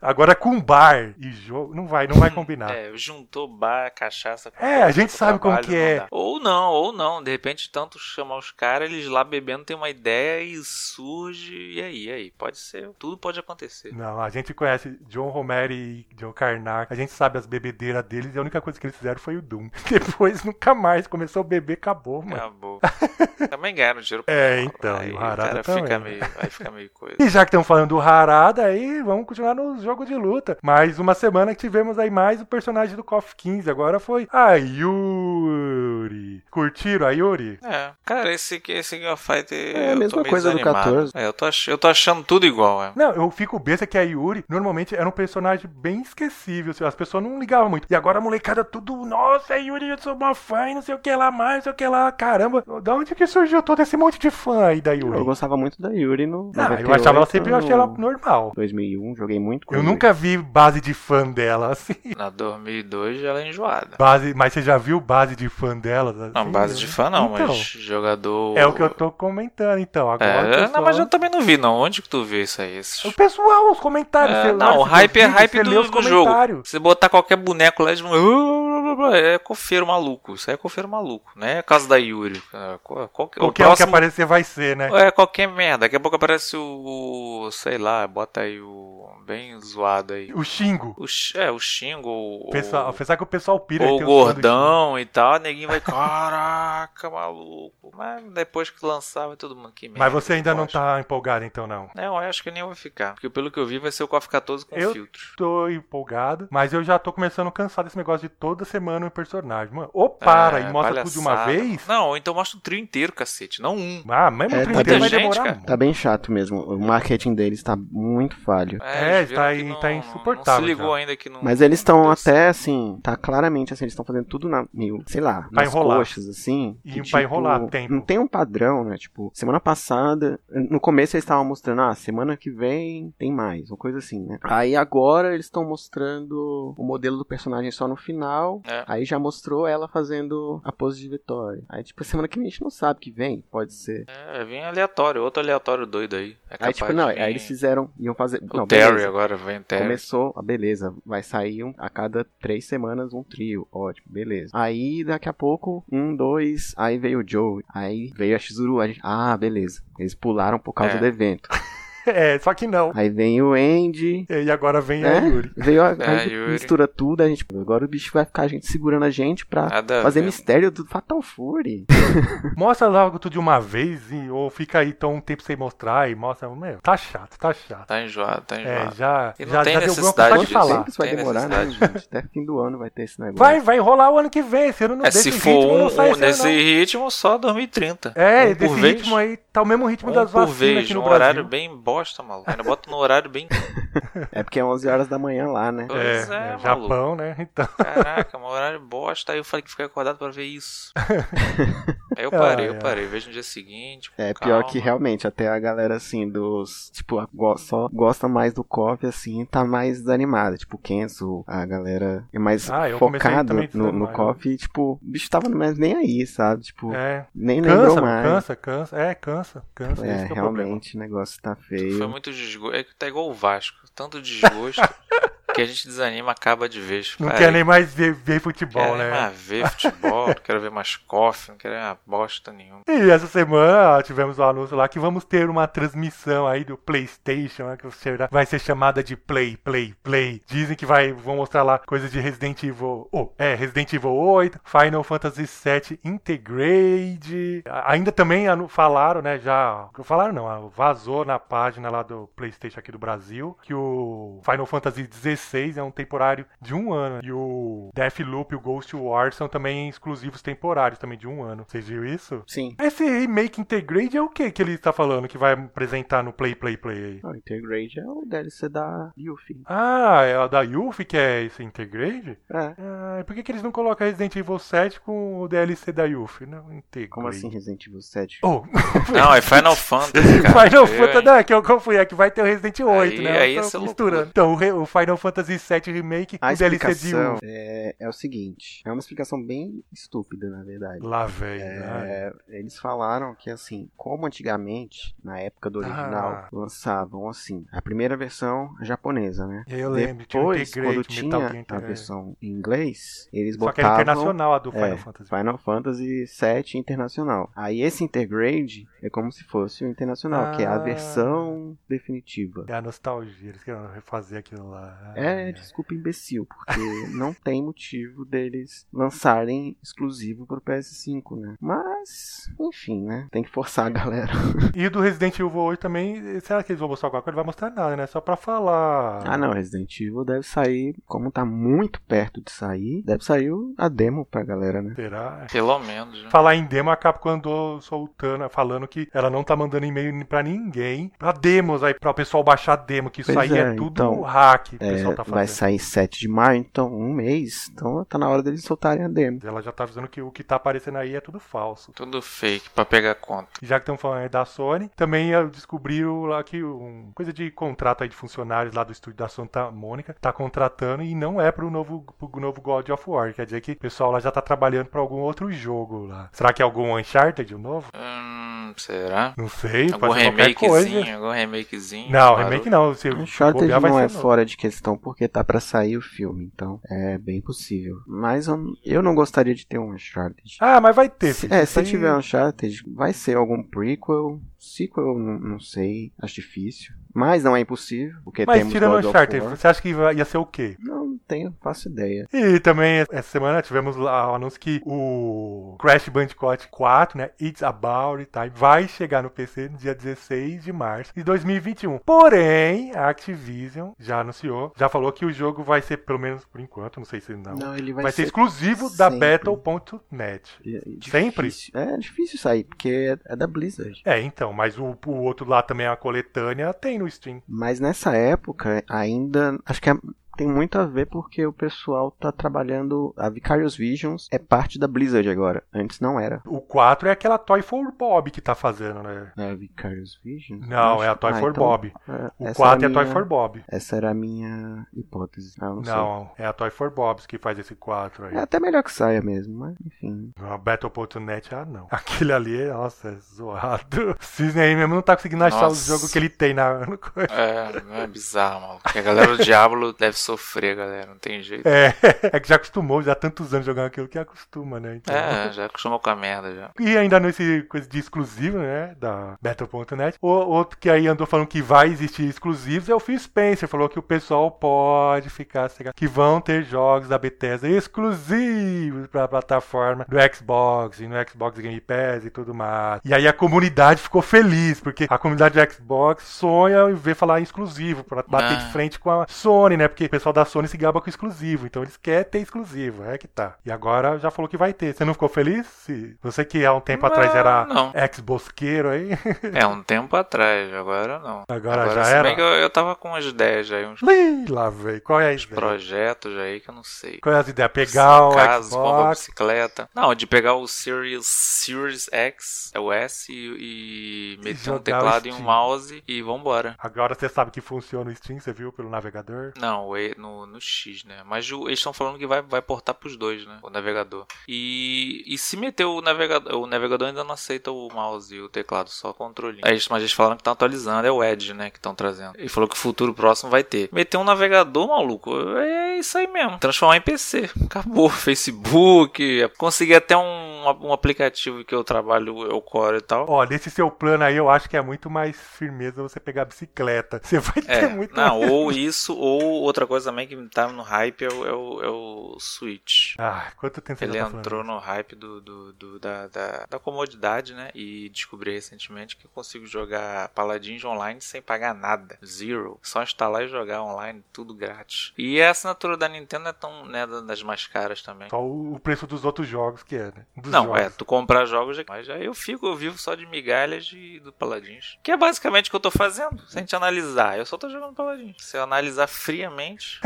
B: <laughs> Agora com bar e jogo, não vai, não
C: <laughs>
B: vai combinar.
C: É, juntou bar, cachaça. com
B: Tá. É, a gente
C: com
B: sabe como
C: trabalho,
B: que
C: não
B: é.
C: dá. Ou não, ou não. De repente, tanto chamar os caras, eles lá bebendo tem uma ideia e surge. E aí, e aí? Pode ser. Tudo pode acontecer.
B: Não, a gente conhece John Romero e John Carnac, a gente sabe as bebedeiras deles e a única coisa que eles fizeram foi o Doom. <laughs> Depois nunca mais, começou a beber, acabou, mano.
C: Acabou. <laughs> também ganharam dinheiro. pra
B: É,
C: falar.
B: então,
C: Aí
B: e o
C: o
B: Harada
C: cara
B: também.
C: fica
B: né?
C: meio, aí fica meio coisa.
B: <laughs> E já que estamos falando do Harada, aí vamos continuar no jogo de luta. Mais uma semana que tivemos aí mais o personagem do KOF 15. Agora foi a Yuri. Curtiram a Yuri?
C: É, cara, esse, esse King of Fighter.
D: É
C: eu
D: a
C: tô
D: mesma
C: meio
D: coisa do
C: desanimado.
D: 14.
C: É, eu tô, ach- eu tô achando tudo igual, é.
B: Não, eu fico besta que a Yuri normalmente era um personagem bem esquecível, assim, as pessoas não ligavam muito. E agora a molecada é tudo, nossa, a Yuri, eu sou uma fã e não sei o que lá mais, não sei o que lá, caramba. Da onde que surgiu todo esse monte de fã aí da Yuri?
D: Eu gostava muito da Yuri no.
B: Ah,
D: 98,
B: eu achava ela sempre, eu achei ela
D: no
B: normal.
D: 2001, joguei muito com
B: Eu
D: a Yuri.
B: nunca vi base de fã dela, assim.
C: Na 2002 ela é enjoada.
B: Base, mas você já viu base de fã dela? assim?
C: Não, base de fã não,
B: Então,
C: mas jogador.
B: É o que eu tô comentando, então. Agora
C: É,
B: o pessoal-
C: não, mas eu também não vi, não. Onde que tu vê isso aí? Esses-
B: O pessoal, os comentários.
C: É,
B: você
C: não,
B: lá,
C: o
B: você
C: hype é
B: vê os vídeos,
C: hype
B: você lê
C: do,
B: os
C: do jogo.
B: comentários.
C: Se botar qualquer boneco lá, eles vão. problema é cofeiro maluco. Isso aí é cofeiro maluco, né? É a casa da Yuri. É, qual, qual, que-
B: Qualquer um que aparecer vai ser, né?
C: É, qualquer merda. Daqui a pouco aparece o. o- Sei lá, bota aí o. Bem zoado aí.
B: O Xingo.
C: O, X- é, o Xingo. O,
B: Pessoal, apesar que o pessoal pira
C: ou
B: que tem os fãs do
C: gordão e tal, neguinho vai. Caraca, maluco. Mas depois que lançava todo mundo que
B: Xingo.
C: merda.
B: Mas você ainda não
C: gosta.
B: tá empolgado então, não.
C: Não, eu acho que nem vou ficar. Porque pelo que eu vi, vai ser o KOF 14 com
B: Eu-
C: filtro.
B: Tô empolgado, mas eu já tô começando a cansar desse negócio de toda semana um personagem. Mano, ou para
C: É,
B: e mostra tudo de uma
C: palhaçada.
B: vez.
C: Não, ou então mostra o trio inteiro, cacete, não um.
B: Ah, mesmo
D: É,
B: o
D: tá
B: primeiro
D: bem-
B: vai
C: Gente,
B: demorar
C: cara,
B: muito.
D: Tá bem chato mesmo. O marketing deles tá muito falho.
B: É,
C: eles
B: tá
C: viram que
B: aí- tá
C: Não se
B: insuportável
C: ligou
B: já.
C: ainda que não.
D: Mas eles estão
C: não deu certo.
D: até assim, tá claramente assim, eles estão fazendo tudo na meio, sei lá,
B: Pra
D: nas
B: enrolar.
D: coxas assim.
B: E pra enrolar tempo.
D: Não tem um padrão, né? Tipo, semana passada, no começo eles estavam mostrando, ah, semana que vem tem mais, uma coisa assim, né? Aí agora eles estão mostrando o modelo do personagem só no final.
C: É.
D: Aí já mostrou ela fazendo a pose de vitória. Aí tipo, semana que vem a gente não sabe que vem, pode ser.
C: É, vem aleatório, outro aleatório doido aí. É capaz
D: aí tipo, não,
C: de vir
D: aí eles fizeram, iam fazer,
C: O
D: não,
C: Terry
D: beleza.
C: agora, vem o Terry.
D: Começou, ah, beleza, vai sair um- a cada três semanas um trio, ótimo, beleza. Aí daqui a pouco, um, dois, aí veio o Joe, aí veio a Shizuru, a gente- ah, beleza. Eles pularam por causa
C: É.
D: do evento.
B: É, só que não.
D: Aí vem o Andy,
B: E agora vem
D: É?
B: a Yuri.
D: veio a,
C: É,
D: aí
C: Yuri.
D: mistura tudo, a gente, agora o bicho vai ficar a gente segurando a gente pra
C: Nada a
D: fazer
C: ver.
D: mistério do Fatal Fury.
B: Mostra logo tudo de uma vez, e, ou fica aí tão um tempo sem mostrar e mostra. Meu, tá chato, tá chato.
C: Tá enjoado, tá
B: É,
C: enjoado.
B: já,
C: E não
B: já,
C: tem
B: já deu bronca
C: necessidade
B: só de
C: disso.
B: falar.
D: Sempre isso vai
C: tem
D: demorar, né, gente? Até fim do ano vai ter esse negócio.
B: Vai, vai enrolar o ano que vem. Se eu não
C: É,
B: deixa
C: se
B: o
C: for
B: ritmo,
C: um,
B: não sai
C: um
B: esse ano,
C: nesse
B: não.
C: ritmo, só 2030.
B: É,
C: um
B: desse
C: por vez,
B: ritmo aí, tá o mesmo ritmo
C: um
B: das
C: por
B: vacinas
C: vez,
B: aqui no
C: um
B: Brasil.
C: horário bem bosta, maluco. Ainda bota no horário bem.
D: É porque é 11 horas da manhã lá, né?
B: <laughs> É,
C: Pois é,
B: é,
C: maluco.
B: Japão, né? Então,
C: Caraca, um horário bosta. Aí eu falei que fiquei acordado pra ver
D: <laughs>
C: isso. Aí eu parei,
B: Ai,
C: eu
B: ai.
C: parei. Vejo no dia seguinte. com
D: É pior
C: calma.
D: que realmente, até a galera assim dos. Tipo, a- go- só gosta mais do KOF assim, tá mais desanimada. Tipo, o Kenzo, a galera é mais
B: Ah, eu comecei
D: focado
B: também
D: no, no
B: desanimado.
D: KOF. e, Tipo, o bicho tava mais nem aí, sabe? Tipo,
B: é.
D: nem lembrou
B: Cansa,
D: mais.
B: cansa, cansa. É, cansa, cansa.
D: É,
B: esse que é o problema.
D: realmente o negócio tá
C: Foi
D: feio.
C: muito desgosto. É que tá igual o Vasco. Tanto
D: <laughs>
C: desgosto que a gente desanima, acaba de vez.
B: Não
C: Parei.
B: quer nem mais ver, ver futebol,
C: quero
B: né?
C: nem mais ver futebol, não quero ver mais coffee, não quero ver uma bosta
B: <laughs>
C: nenhuma.
B: E essa semana ó, tivemos o anúncio lá que vamos ter uma transmissão aí do PlayStation, né, que será- vai ser chamada de Play, Play, Play. Dizem que vai, vão mostrar lá coisas de Resident Evil, oh, é, Resident Evil 8, Final Fantasy VII Integrate. A- Ainda também anu- falaram, né, já, falaram não, ah, vazou na página lá do PlayStation aqui do Brasil que o Final Fantasy XVI é um temporário de um ano e o Deathloop e o Ghost War são também exclusivos temporários também de um ano. Vocês viram isso?
D: Sim.
B: Esse remake Integrate é o que que ele tá falando que vai apresentar no Play Play Play aí?
D: O Intergrade é o DLC da Yuffie.
B: Ah, é a da Yuffie que é esse Integrate?
D: É.
B: Ah, e por que, que eles não colocam Resident Evil 7 com o DLC da Yuffie? Não, Integrate.
D: Como assim Resident Evil 7?
C: <laughs>
B: Oh, <laughs>
C: Não, é Final Fantasy, cara.
B: Final
C: Eu,
B: Fantasy,
C: hein?
B: não, é que eu confundi, é que vai ter o Resident Evil 8,
C: Aí-
B: né? Eu
C: aí
B: tô
C: essa é
B: misturando.
C: loucura.
B: Então, o, re- o Final Fantasy VII Remake com
D: A
B: o DLC de um.
D: explicação
B: Yuffie.
D: é, é o seguinte, é uma explicação bem estúpida, na verdade.
B: Lá, velho. né?
D: É, eles falaram que assim, como antigamente, na época do original,
B: Ah.
D: lançavam assim, a primeira versão japonesa, né?
B: Eu lembro, tinha o
D: Depois, quando
B: Integrate, Metal Gear
D: tinha a
B: Integrate.
D: versão em inglês, eles
B: Só que era
D: botavam
B: internacional a do Final
D: é,
B: Fantasy.
D: Final Fantasy VII Internacional. Aí esse Intergrade é como se fosse o Internacional, que é a
B: Ah.
D: versão definitiva.
B: É a nostalgia, eles queriam refazer aquilo lá.
D: É, desculpa imbecil, porque <laughs> não tem motivo deles lançarem exclusivo pro PS5, né? Mas, enfim, né? Tem que forçar a galera.
B: E do Resident Evil 8 também, eh, será que eles vão mostrar alguma coisa? Não vai mostrar nada, né? Só pra falar.
D: Ah, não, Resident Evil deve sair, como tá muito perto de sair, deve sair o- a demo pra galera, né?
B: Será?
C: Pelo menos. né?
B: Falar em demo, a Capcom andou soltando, falando que ela não tá mandando e-mail pra ninguém. Pra demos aí, pra o pessoal baixar demo, que isso
D: Pois
B: aí é,
D: é,
B: tudo
D: então,
B: hack que o
D: É,
B: pessoal tá
D: vai
B: fazendo.
D: sair 7 de maio, então um mês, então tá na hora deles soltarem a demo.
B: Ela já tá avisando que o que tá aparecendo aí é tudo falso.
C: Tudo fake pra pegar conta.
B: E Já que estamos falando aí da Sony, também eh, descobriram lá que um coisa de contrato aí de funcionários lá do estúdio da Santa Mônica tá contratando e não é pro novo, pro novo God of War. Quer dizer que o pessoal lá já tá trabalhando pra algum outro jogo lá. Será que é algum Uncharted, o novo?
C: Hum, Será?
B: Não sei,
C: Algum
B: pode ser qualquer coisa.
C: remakezinho, algum remakezinho.
B: Não,
C: Claro.
B: remake não. Se
D: Uncharted
B: bobear, vai
D: não é
B: ser
D: fora de questão porque tá pra sair o filme, então é bem possível. Mas eu, eu não gostaria de ter um Uncharted.
B: Ah, mas vai ter.
D: Se,
B: filho.
D: é,
B: Isso
D: se
B: aí-
D: tiver Uncharted, vai ser algum prequel, sequel, não, não sei, acho difícil. Mas não é impossível, porque
B: Mas
D: temos
B: tirando
D: God
B: o
D: of
B: Uncharted,
D: War.
B: você acha que vai- ia ser o quê?
D: Não tenho, faço ideia.
B: E também, essa semana, tivemos lá o anúncio que o Crash Bandicoot 4, né? It's About Time, vai chegar no PC no dia 16 de março de 2021. Porém, a Activision já anunciou, já falou que o jogo vai ser, pelo menos por enquanto, não sei se não, vai,
D: Não, ele vai,
B: ser, exclusivo da
D: sempre.
B: Battle.net.
D: difícil.
B: sempre?
D: É difícil sair, porque é, é da Blizzard.
B: É, então, mas o, o outro lá também, a coletânea, tem no Steam.
D: Mas nessa época, ainda. Acho que é- tem muito a ver porque o pessoal tá trabalhando. A Vicarious Visions é parte da Blizzard agora. Antes não era.
B: O 4 é aquela Toy for Bob que tá fazendo, né?
D: É a Vicarious Visions?
B: Não, é a Toy
D: Ah,
B: for
D: então,
B: Bob.
D: é,
B: O
D: essa
B: 4 é
D: era
B: a
D: a
B: Toy
D: minha-
B: for Bob.
D: Essa era a minha hipótese. Ah, não, sei.
B: Não, é a Toy for Bobs que faz esse 4 aí.
D: É até melhor que saia mesmo, mas enfim.
B: A Battle.net, ah não. <laughs> Aquele ali, nossa, é zoado. O Cisne aí mesmo não tá conseguindo achar os
C: Nossa.
B: jogos que ele tem na <laughs> no coisa.
C: É, é bizarro, maluco. A galera do Diablo deve sofrer, galera. Não tem jeito.
B: É, é que já acostumou, já há tantos anos jogando aquilo que acostuma, né? Então-
C: É, já acostumou com a merda já.
B: E ainda nesse coisa de exclusivo, né? Da Battle.net. O outro que aí andou falando que vai existir exclusivos é o Phil Spencer. Falou que o pessoal pode ficar cegado. Que vão ter jogos da Bethesda exclusivos pra plataforma do Xbox e no Xbox Game Pass e tudo mais. E aí a comunidade ficou feliz, porque a comunidade do Xbox sonha em ver falar em exclusivo, pra bater
C: Ah.
B: de frente com a Sony, né? Porque o pessoal da Sony se gaba com exclusivo, então eles querem ter exclusivo, é que tá. E agora já falou que vai ter. Você não ficou feliz? Se- Você que há um tempo atrás era
C: não.
B: ex-bosqueiro aí, <laughs>
C: É, um tempo atrás, agora não.
B: agora, já
C: se bem
B: era.
C: que eu, eu tava com umas ideias já, aí, uns
B: Ih, lá, velho. Qual é a ideia?
C: projetos aí que eu não sei.
B: Qual é as ideias? Pegar o
C: Casos, compra
B: Xbox.
C: bicicleta. Não, de pegar o Series, Series X, é o S, e, e meter um
B: jogar o
C: teclado e um
B: Steam.
C: mouse e vambora.
B: Agora você sabe que funciona o Steam, você viu pelo navegador?
C: Não, o E- no, no X, né? Mas o- eles estão falando que vai, vai portar pros dois, né? O navegador. E, e se meter o navegador, o navegador ainda não aceita o mouse e o teclado, só o controle. Aí, eles- mas eles falaram que estão atualizando, é o Edge, né? Que estão trazendo. Ele falou que o futuro próximo vai ter. Meter um navegador, maluco, é isso aí mesmo. Transformar em PC. Acabou. <laughs> Facebook. Consegui até um, um aplicativo que eu trabalho, eu core
B: <laughs>
C: e tal.
B: Olha, esse seu plano aí eu acho que é muito mais firmeza você pegar a bicicleta. Você vai ter
C: É,
B: muito
C: não,
B: mais...
C: ou isso, ou outra coisa também que tá no hype é o, é o, é o Switch.
B: Ah, quanto tempo você
C: Ele
B: já tá falando?
C: entrou no hype do, do- do- da, da- da comodidade, né? E descobri recentemente que eu consigo jogar Paladins online sem pagar nada. Zero. Só instalar e jogar online, tudo grátis. E a assinatura da Nintendo é tão, né, da- das mais caras também.
B: Só o o preço dos outros jogos que é, né? Dos
C: Não,
B: jogos.
C: é, tu comprar jogos, já- mas já eu fico, eu vivo só de migalhas de, do Paladins. Que é basicamente o que eu tô fazendo, se a gente analisar. Eu só tô jogando Paladins. Se eu analisar
B: <laughs>
C: friamente,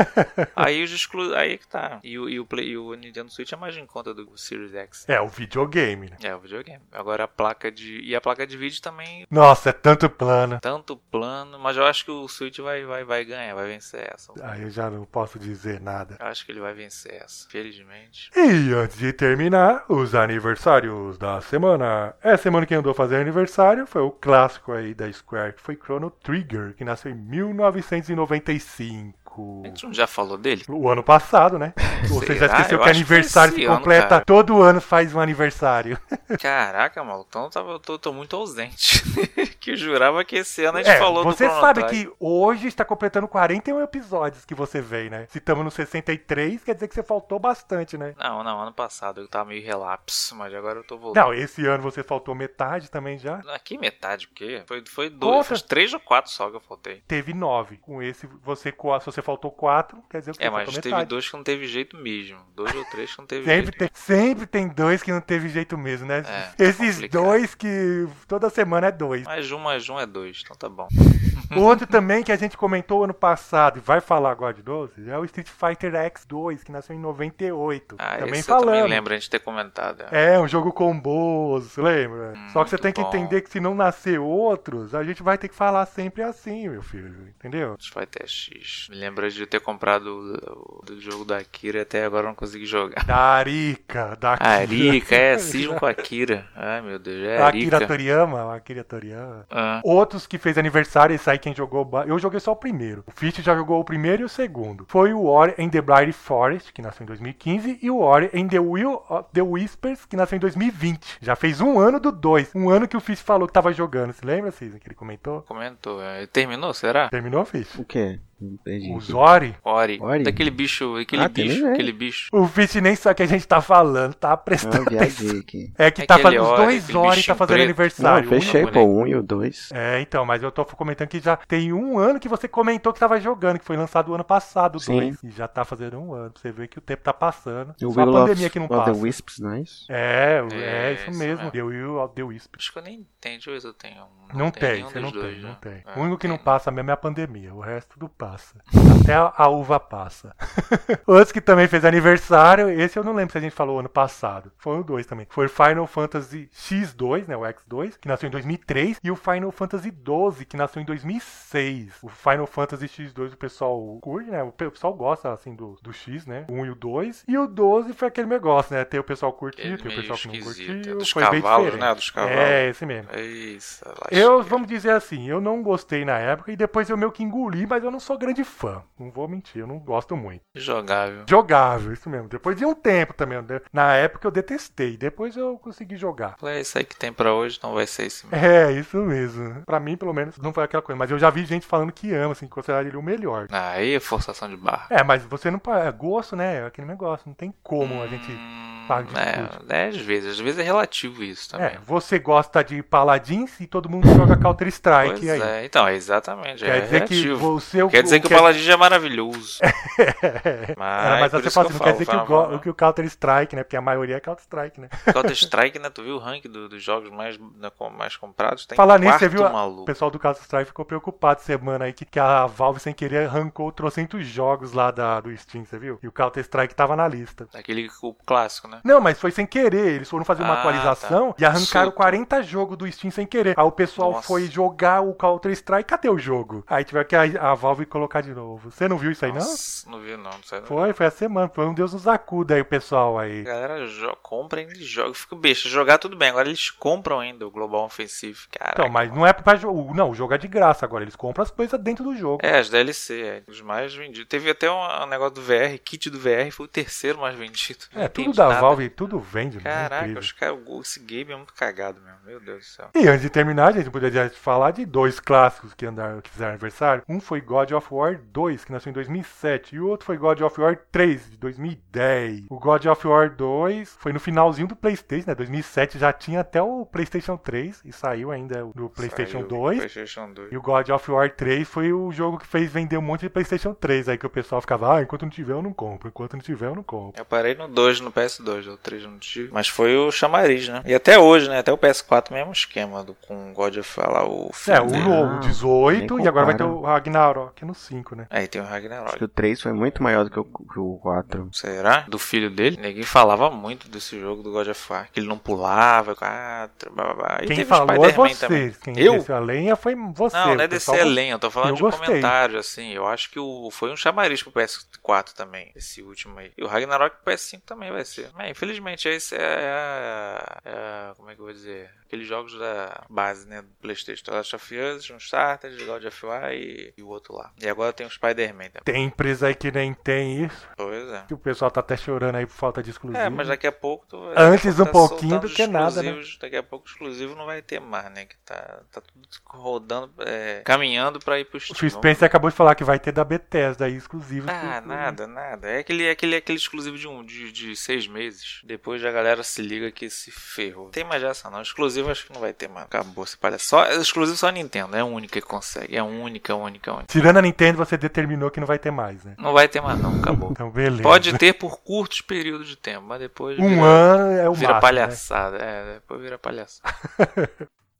C: aí os exclu... aí que tá. E o, e o Play- e o Nintendo Switch é mais em conta do Series X.
B: É, o videogame, né?
C: É, o videogame. Agora a placa de. E a placa de vídeo também.
B: Nossa, é tanto plano.
C: Tanto plano, mas eu acho que o Switch vai, vai, vai ganhar, vai vencer essa.
B: Aí eu já não posso dizer nada.
C: Eu acho que ele vai vencer essa, felizmente.
B: E antes de terminar, os aniversários da semana. Essa semana que andou a fazer aniversário foi o clássico aí da Square, que foi Chrono Trigger, que nasceu em 1995.
C: A gente não já falou dele?
B: O ano passado,
C: <laughs>
B: né? Ou Você já
C: Será?
B: esqueceu
C: Eu
B: que
C: acho que foi
B: aniversário
C: esse
B: se
C: ano,
B: completa.
C: cara.
B: Todo ano faz um aniversário.
C: Caraca, maluco, então eu, tava- eu tô, tô muito ausente. <laughs> que eu jurava que esse ano a gente
B: É,
C: falou
B: você
C: do Chrono
B: sabe
C: Trigger.
B: que hoje está completando 41 episódios que você veio, né? Se estamos no 63, quer dizer que você faltou bastante, né?
C: Não, não, ano passado eu tava meio relapso, mas agora eu tô voltando.
B: Não, esse ano você faltou metade também já.
C: Aqui metade, porque foi, foi
B: Conta.
C: dois, foi três ou quatro só que eu faltei.
B: Teve nove. Com esse, você, co- se você faltou quatro, quer dizer que você
C: É, mas
B: faltou
C: teve
B: metade.
C: dois que não teve jeito mesmo. Dois ou três que não teve jeito.
B: Sempre tem, sempre tem dois que não teve jeito mesmo, né?
C: É,
B: Esses
C: complicado.
B: dois que toda semana é dois.
C: Mais um, mais um é dois, então tá bom. <laughs>
B: Outro também que a gente comentou ano passado e vai falar agora de 12 é o Street Fighter X2, que nasceu em 98.
C: Ah,
B: também
C: esse eu também
B: falando.
C: lembro a gente ter comentado. é.
B: É, um jogo comboso, lembra? Só que você
C: Hum, muito
B: tem que
C: bom.
B: entender que se não nascer outros, a gente vai ter que falar sempre assim, meu filho, entendeu?
C: Street Fighter X. Me lembro de ter comprado o, o- do jogo da Akira e até agora eu não consegui <laughs> jogar.
B: Da Arika, da
C: Arica, é, cismo com a Akira. Ai meu Deus, é
B: da Akira
C: Arica.
B: Toriyama, a Akira Toriyama.
C: Ah,
B: Outros que fez aniversário, esse aí quem jogou. ba- Eu joguei só o primeiro. O Fitch já jogou o primeiro e o segundo. Foi o War in the Blind Forest, que nasceu em 2015, e o War in the Will of the Whispers, que nasceu em 2020. Já fez um ano do dois. Um ano que o Fitch falou que tava jogando. Se lembra, Cisne, que ele comentou?
C: comentou. é. Terminou, será?
B: Terminou, Fitch?
D: O quê? Não entendi.
B: O Zori.
C: Ori.
D: Ori?
C: Daquele bicho, aquele
D: Ah, tem,
C: bicho,
D: né?
C: aquele bicho.
B: O Fitch nem sabe o que a gente tá falando, tá
D: Ah,
B: prestando atenção.
D: viajei aqui.
B: É que tá
C: Aquele
B: fazendo os
C: Ori,
B: dois
C: aquele
B: Zori tá
C: bichinho
B: fazendo
C: preto.
D: Não,
B: aniversário.
D: eu
B: Um
D: fechei,
C: único,
D: pô,
C: né?
D: um e o dois.
B: É, então, mas eu tô comentando que já tem um ano que você comentou que tava jogando, que foi lançado o ano passado,
D: Sim.
B: dois. E já tá fazendo um ano. pra Você vê que o tempo tá passando.
D: E o
B: Só a
D: Will of-
B: pandemia que não
D: of the
B: passa.
D: Wisps, não é isso?
B: É, é,
C: É,
B: isso
C: isso
B: mesmo.
C: mesmo.
B: The Will of the Wisp.
C: Acho que eu nem entendi, mas eu tenho. um-
B: Não,
C: tenho
B: tem,
C: nenhum
B: você
C: dos
B: não tem,
C: dois,
B: não
C: né?
B: tem. o
C: É,
B: único que não
C: tem.
B: passa mesmo é a pandemia, o resto tudo passa. Até a, a uva passa. <laughs> Outros que também fez aniversário, esse eu não lembro se a gente falou ano passado. Foi o 2 também. Foi Final Fantasy X2, né, o X2, que nasceu em 2003, e o Final Fantasy 12, que nasceu em 2006. O Final Fantasy X2 o pessoal curte, né, o pe- o pessoal gosta, assim, do, do X, né, o 1 e o 2. E o 12 foi aquele negócio, né, tem o pessoal curtir,
C: Ele é
B: tem o
C: meio
B: pessoal que não
C: esquisito,
B: curtiu.
C: é dos
B: foi bem
C: cavalos,
B: diferente.
C: né, dos cavalos.
B: É, esse mesmo.
C: Isso, é lá
B: Eu,
C: chega.
B: vamos dizer assim, eu não gostei na época e depois eu meio que engoli, mas eu não sou grande fã. Não vou mentir, eu não gosto muito.
C: Jogável.
B: Jogável, isso mesmo. Depois de um tempo também. né? Na época eu detestei, depois eu consegui jogar.
C: É isso aí que tem pra hoje, não vai ser esse mesmo.
B: É, isso mesmo. Pra mim, pelo menos, não foi aquela coisa. Mas eu já vi gente falando que ama, assim, que considera ele o melhor.
C: Aí é forçação de barra.
B: É, mas você não. pa- É gosto, né? É aquele negócio. Não tem como a gente.
C: Hum,
B: paga de
C: é, é, às vezes. Às vezes é relativo isso
B: É,
C: também.
B: você gosta de Paladins e todo mundo joga Counter-Strike
C: pois
B: aí.
C: é, então, é exatamente.
B: Quer
C: é
B: dizer que
C: relativo.
B: você.
C: Quer dizer que
B: <laughs>
C: o
B: que- É.
C: Paladins é maravilhoso. Mas,
B: Era mais
C: Ah, é por
B: você
C: isso
B: fala assim,
C: que eu
B: não quer
C: falo,
B: dizer que o,
C: vamos,
B: go-
C: vamos.
B: que o Counter Strike, né? Porque a maioria é Counter Strike, né?
C: Counter Strike, né? Tu viu o ranking do- dos jogos mais, da- com- mais comprados? Tem
B: Falar nisso,
C: quarto
B: você viu? O
C: maluco.
B: pessoal do Counter Strike ficou preocupado semana aí que, que a Valve, sem querer, arrancou trocentos jogos lá da, do Steam, você viu? E o Counter Strike tava na lista.
C: Aquele o clássico, né?
B: Não, mas foi sem querer. Eles foram fazer uma
C: Ah,
B: atualização e arrancaram
C: Suta.
B: 40 jogos do Steam sem querer. Aí o pessoal
C: Nossa.
B: foi jogar o Counter Strike. Cadê o jogo? Aí tiveram que a, a Valve colocar de novo. Você não viu isso aí, não?
C: Nossa, não viu, não. não sei, não.
B: Foi, foi a semana. Foi um Deus nos acuda aí, o pessoal aí.
C: A galera jo- compra e joga. Fica besta. Jogar tudo bem. Agora eles compram ainda o Global Offensive. Cara.
B: Então, mas não é pra jogo. Não, o jogo é de graça agora. Eles compram as coisas dentro do jogo.
C: É, as DLC, é, os mais vendidos. Teve até um, um negócio do VR, kit do VR, foi o terceiro mais vendido.
B: É,
C: Não
B: tudo
C: entendi
B: da
C: nada.
B: Valve, tudo vende. né?
C: Caraca,
B: Incrível.
C: os caras, o- esse game é muito cagado mesmo. Meu Deus do céu.
B: E antes de terminar, a gente poderia falar de dois clássicos que andaram, que fizeram aniversário. Um foi God of War 2, que nasceu em 2007, e o outro foi God of War 3, de 2010. O God of War 2 foi no finalzinho do PlayStation, né? 2007 já tinha até o PlayStation 3 e saiu ainda do PlayStation
C: Saiu
B: 2.
C: PlayStation 2.
B: E o God of War 3 foi o jogo que fez vender um monte de PlayStation 3. Aí que o pessoal ficava, ah, enquanto não tiver eu não compro, enquanto não tiver eu não compro.
C: Eu parei no 2, no PS2, o 3 eu não tive. Mas foi o chamariz, né? E até hoje, né? Até o PS4, mesmo esquema do, com o God of War, lá, o
B: É,
C: filme
B: o
C: dele.
B: novo, o 18,
D: nem
B: e agora vai ter
D: compara.
B: o Ragnarok no 5, né?
C: Aí tem o
D: Acho que
C: Ragnarok.
D: o 3 foi muito maior do que o, que o 4.
C: Será? Do filho dele? Ninguém falava muito desse jogo do God of War. Que ele não pulava, quatro, blá blá blá. E
B: Quem
C: teve o
B: falou é
C: Spider-Man
B: vocês.
C: também.
B: Quem
C: Eu?
B: desceu a lenha foi você.
C: Não, não é
B: o pessoal
C: desse além, eu tô falando
B: eu
C: de um
B: gostei.
C: comentário, assim. Eu acho que o, foi um chamariz pro PS4 também, esse último aí. E o Ragnarok pro PS5 também vai ser. É, infelizmente, esse é, a- é a- Como é que eu vou dizer? Aqueles jogos da base, né? Do PlayStation. The Last of Us, Uncharted, God of War e, e o outro lá. E agora tem o Spider-Man também.
B: Tem empresa aí que nem tem isso,
C: Pois é.
B: que o pessoal tá até chorando aí por falta de exclusivo.
C: É, mas daqui a pouco tu vai-
B: Uhum. Antes
C: daqui a
B: um
C: pouco tá
B: pouquinho do
C: soltando
B: que nada, né?
C: exclusivos, Daqui a pouco o exclusivo não vai ter mais, né? Que tá, tá tudo rodando, é, caminhando pra ir pro
B: O
C: Steam.
B: Phil Spencer acabou de falar que vai ter da Bethesda aí, exclusivo.
C: Ah,
B: exclusivo.
C: nada, nada. É aquele, é aquele, é aquele exclusivo de, um, de, de seis meses. Depois já a galera se liga que se ferrou. Tem mais essa não. Exclusivo acho que não vai ter mais. Acabou, se palha. Só, exclusivo só a Nintendo. É a única que consegue. É a única, única, única.
B: Tirando a Nintendo, você determinou que não vai ter mais, né?
C: Não vai ter mais não, acabou.
B: Então, beleza.
C: Pode ter por curtos períodos de tempo, mas depois
B: Um
C: vira,
B: ano é o máximo,
C: vira
B: né?
C: palhaçada. É, depois vira palhaçada.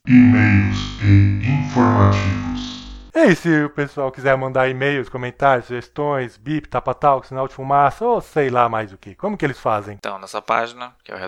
A: E-mails e informativos.
B: E aí, se o pessoal quiser mandar e-mails, comentários, sugestões, bip, tapa-tal, sinal de fumaça, ou sei lá mais o que. Como que eles fazem?
C: Então, nessa página, que é o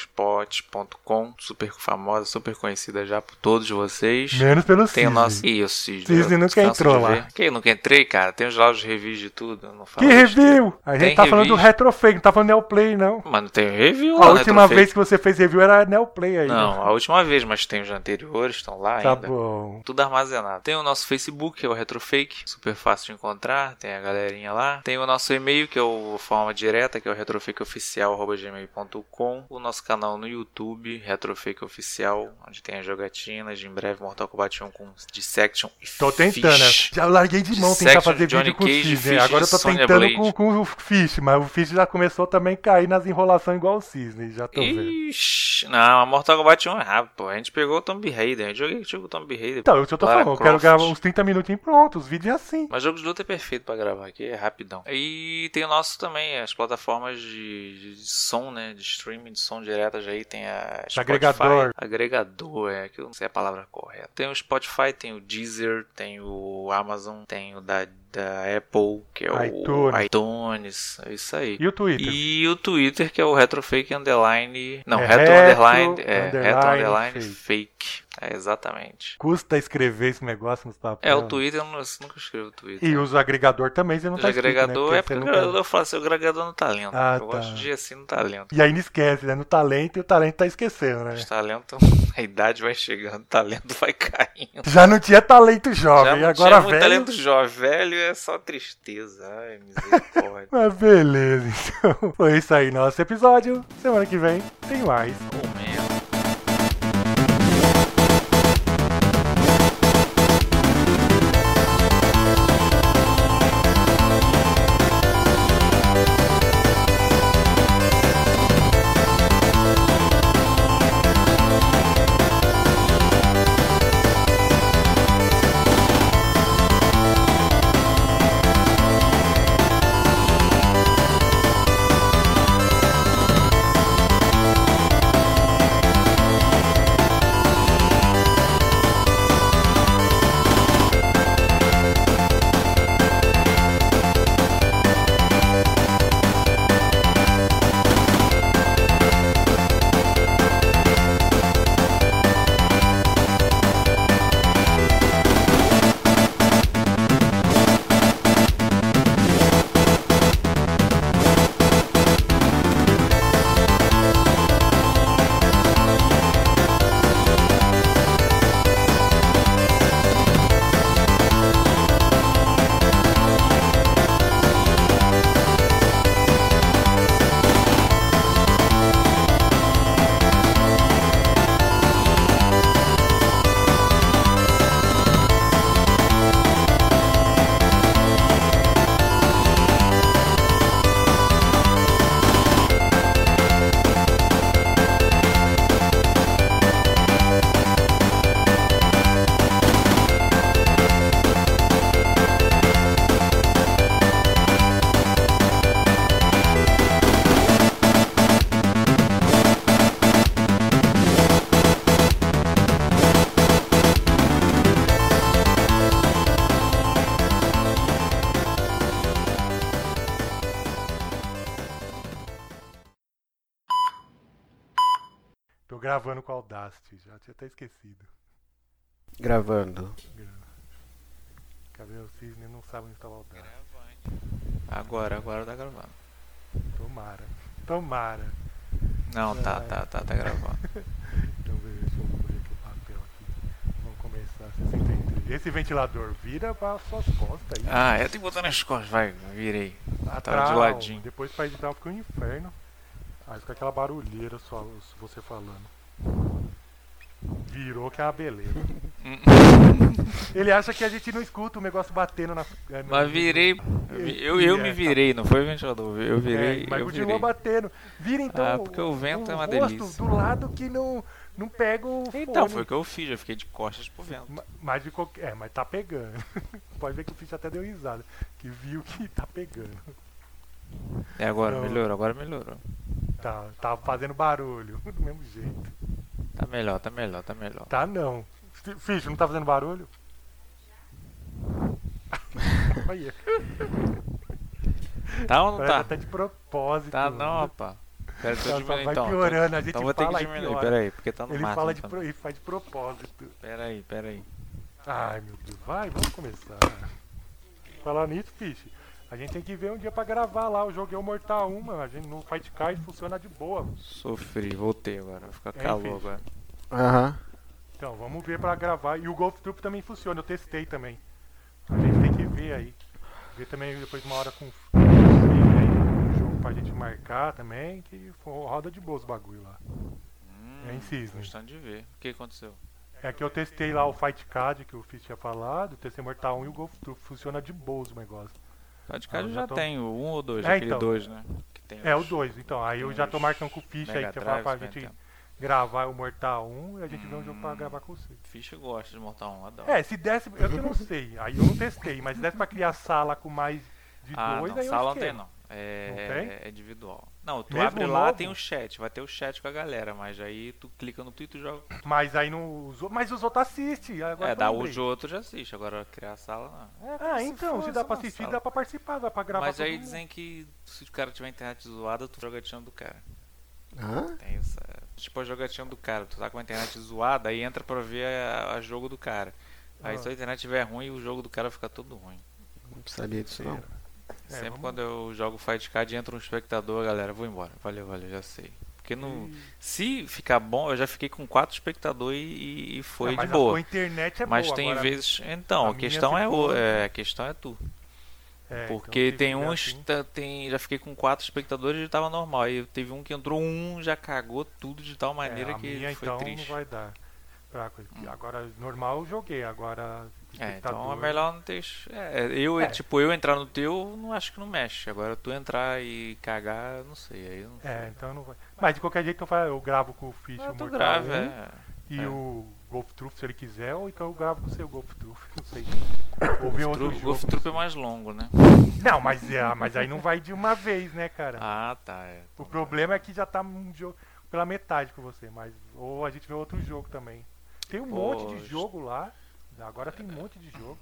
C: retrofake.blogspot.com, super famosa, super conhecida já por todos vocês.
B: Menos pelo
C: Tem o
B: Cisne.
C: nosso. Isso, Cisne.
B: Cisne
C: eu
B: nunca
C: canso
B: entrou
C: de
B: lá.
C: ver. Que eu nunca entrei, cara. Tem os lá os reviews de tudo. eu Não falo
B: Que review! A gente
C: Tem
B: tá falando do
C: review.
B: Retrofake, não tá falando Neoplay, não.
C: Mano, tem review lá
B: A
C: no
B: última
C: Retrofake.
B: vez que você fez review era Neoplay aí.
C: Não,
B: né?
C: a última vez, mas tem os anteriores, estão lá
B: Tá
C: ainda.
B: bom.
C: Tudo armazenado. Tem o nosso Facebook, que é o Retrofake, super fácil de encontrar, tem a galerinha lá. Tem o nosso e-mail, que é o forma direta, que é o retrofakeoficial.gmail.com. O nosso canal no YouTube, Retrofake Oficial, onde tem as jogatinas, em breve Mortal Kombat 1 com Dissection e
B: Tô tentando, né?
C: Fish.
B: Já larguei de mão tentar
C: Dissection,
B: fazer
C: Johnny
B: vídeo com
C: Cage,
B: o Cisne.
C: Fish,
B: Agora eu tô
C: Sonya
B: tentando
C: Blade.
B: com, com o Fish, mas o Fish já começou também a cair nas enrolações igual o Cisne, já tô vendo.
C: Ixi, não, a Mortal Kombat 1 é rápido, pô. A gente pegou o Tomb Raider, a gente joguei tipo o Tomb Raider.
B: Então, é o que eu tô
C: Lara
B: falando, eu quero
C: Croft.
B: gravar uns 30 minutinhos prontos, os vídeos é assim.
C: Mas jogo de luta é perfeito pra gravar aqui, é rapidão. E tem o nosso também, as plataformas de, de som, né? De streaming, de som diretas aí. Tem a Spotify.
B: Agregador.
C: Agregador, é que eu não sei a palavra correta. Tem o Spotify, tem o Deezer, tem o Amazon, tem o da, da Apple, que é o
B: iTunes.
C: iTunes. É isso aí.
B: E o Twitter?
C: E o Twitter, que é o Retrofake Underline. Não,
B: É
C: Retro
B: retro
C: Underline. É, Retro
B: underline
C: Underline Fake. É, exatamente.
B: Custa escrever esse negócio nos papéis.
C: É, o Twitter, eu não- eu nunca escrevo o Twitter.
B: E os agregador também, você não
C: O
B: tá escrito, né?
C: agregador é
B: você
C: porque o
B: não tá-
C: agregador, eu falo assim, o agregador não tá lento.
B: Ah,
C: eu
B: tá.
C: gosto de assim no talento.
B: E ainda esquece, né? No talento, e o talento tá esquecendo, né?
C: Os talentos, <laughs> a idade vai chegando, o talento vai caindo.
B: Já não tinha talento jovem, e
C: não
B: agora
C: tinha muito
B: velho.
C: talento jovem, velho é só tristeza. Ai, misericórdia.
B: <laughs> Mas Ah, beleza, então. <laughs> Foi isso aí, nosso episódio. Semana que vem tem mais.
C: Bom mesmo.
B: Tô gravando com a Audacity, já tinha até esquecido.
D: Gravando.
B: Gabriel Cisne não sabe onde tá o Audacity.
C: Agora, agora tá gravando.
B: Tomara. Tomara.
C: Não,
B: É.
C: tá, tá, tá, tá gravando.
B: Então, beleza, deixa eu pôr aqui o papel aqui. Vamos começar. 63. então. Esse ventilador vira para suas costas aí.
C: Ah, é, tem que botar nas costas, vai, virei.
B: Ah,
C: tava de
B: tá,
C: ladinho.
B: Depois pra editar fica um inferno. Aí fica aquela barulheira só os- você falando. Virou que é uma beleza. Ele acha que a gente não escuta o negócio batendo na. é, no-
C: Mas virei, eu, eu me virei, não foi o ventilador, eu virei,
B: É, mas
C: eu
B: continua
C: virei.
B: batendo. Vira então.
C: Ah, porque o vento é uma
B: rosto
C: delícia.
B: do lado que não, não pega o.
C: Então,
B: fone.
C: foi o que eu fiz, eu fiquei de costas pro vento.
B: Ma- Mas de qualquer. É, mas tá pegando. <laughs> Pode ver que o Fish até deu risada. Que viu que tá pegando.
C: É agora,
B: Não.
C: melhorou, agora melhorou.
B: Tá, tá fazendo barulho. <laughs> Do mesmo jeito.
C: Tá melhor, tá melhor, tá melhor. <laughs>
B: Tá não. Fish, não tá fazendo barulho? Olha,
C: Tá ou não
B: parece
C: tá?
B: até de propósito.
C: Tá
B: mano.
C: não, rapá. Pera, deixa
B: Só-
C: eu
B: só
C: diminuir
B: vai
C: então.
B: piorando, a gente
C: então vou ter que
B: fala e
C: diminuir,
B: piora.
C: pera aí, porque tá no
B: Ele
C: máximo.
B: fala de,
C: então.
B: pro- ele faz de propósito.
C: Pera aí, pera aí.
B: Ai, meu Deus. Vai, vamos começar. Falar nisso, Fish. A gente tem que ver um dia pra gravar lá. Eu joguei o Mortal 1, mano. A gente no Fight Card funciona de boa.
C: Sofri, voltei agora, vai ficar
B: É,
C: calor
B: enfim.
C: agora.
D: Aham.
B: Então, vamos ver pra gravar. E o Golf Troop também funciona, eu testei também. A gente tem que ver aí. Ver também depois uma hora com o Fih aí, um jogo pra gente marcar também, que fo- roda de boa os bagulho lá.
C: Hum,
B: É em Cisne.
C: Gostando de ver. O que aconteceu?
B: É que eu testei lá o Fight Card que o Fih tinha falado, testei Mortal 1 e o Golf Troop funciona de boa os negócios.
C: Tá de
B: Ah,
C: cara
B: eu
C: eu
B: já
C: já
B: tô-
C: tem o 1 ou 2,
B: É,
C: aquele
B: então.
C: 2, né? Que tem
B: É, o
C: os
B: 2, então. Aí eu
C: tem
B: já tô
C: os
B: marcando com o Ficha aí,
C: Mega
B: que você fala pra
C: Drives,
B: gente
C: né,
B: gravar o Mortal 1 e a gente vê um jogo pra
C: Hum.
B: gravar com você.
C: Ficha gosta de montar um, adoro.
B: É, se desse, eu que não sei, aí eu não testei, mas se desse pra criar sala com mais de
C: ah,
B: dois,
C: não,
B: aí eu
C: sala não
B: esquento.
C: tem não. É,
B: Não
C: é individual. Não, tu
B: Mesmo
C: abre lá,
B: novo?
C: tem o chat, vai ter o chat com a galera, mas aí tu clica no Twitter e joga.
B: Mas aí não usou. Mas os outros assistem. Agora
C: é,
B: que eu
C: dá
B: lembrei.
C: os outros já assiste, agora criar a sala não. É, como
B: Ah, então, se
C: fosse
B: dá pra
C: uma
B: assistir,
C: sala.
B: dá pra participar, dá pra gravar.
C: Mas
B: todo
C: aí
B: mundo.
C: dizem que se o cara tiver internet zoada, tu joga tirando do cara.
D: Hã?
C: Tem essa. Tipo a jogatina do cara, tu tá com a internet zoada, aí entra pra ver a, a jogo do cara. Aí
B: Ah.
C: se a internet estiver ruim, o jogo do cara fica todo ruim.
D: Não sabia disso não.
B: É,
C: Sempre
B: vamos-
C: quando eu jogo Fight Card entra um espectador, galera, vou embora. Valeu, valeu, já sei. Porque não.
B: Hum.
C: Se ficar bom, eu já fiquei com quatro espectadores e, e foi
B: Ah, mas
C: de boa.
B: A sua internet é
C: mas
B: boa.
C: tem
B: agora-
C: vezes.
B: a
C: Então, a
B: minha
C: questão é,
B: ficou-
C: o, é, a questão é tu.
B: É, então,
C: Porque
B: se
C: tem
B: fizer
C: uns.
B: assim-
C: tá- tem, já fiquei com quatro espectadores e tava normal. Aí teve um que entrou um, já cagou tudo de tal maneira
B: é, a
C: que
B: minha,
C: foi
B: então,
C: triste. Hum.
B: não vai dar. pra coisa. Agora, normal eu joguei. Agora.
C: É, então
B: espectador-
C: é melhor não ter. es- É, eu,
B: É.
C: tipo, eu entrar no teu, não acho que não mexe. Agora tu entrar e cagar, não sei. Aí eu não
B: É, então não vai. Mas de qualquer jeito então eu, falo, eu gravo com o Fish
C: Ah,
B: o
C: tu
B: Mortal
C: grave,
B: 1,
C: é.
B: e
C: é.
B: o Golf Troop se ele quiser, ou então eu gravo com o seu Golf Troop, <laughs> não sei. Ou vem
C: O
B: outro
C: Tru- o Golf
B: jogo.
C: Troop é mais longo, né?
B: Não, mas, é, mas aí não vai de uma vez, né, cara?
C: Ah, tá. É.
B: O problema é que já tá um jogo pela metade com você, mas ou a gente vê outro jogo também. Tem um monte de
C: Poxa.
B: jogo lá. Agora tem um monte de jogo.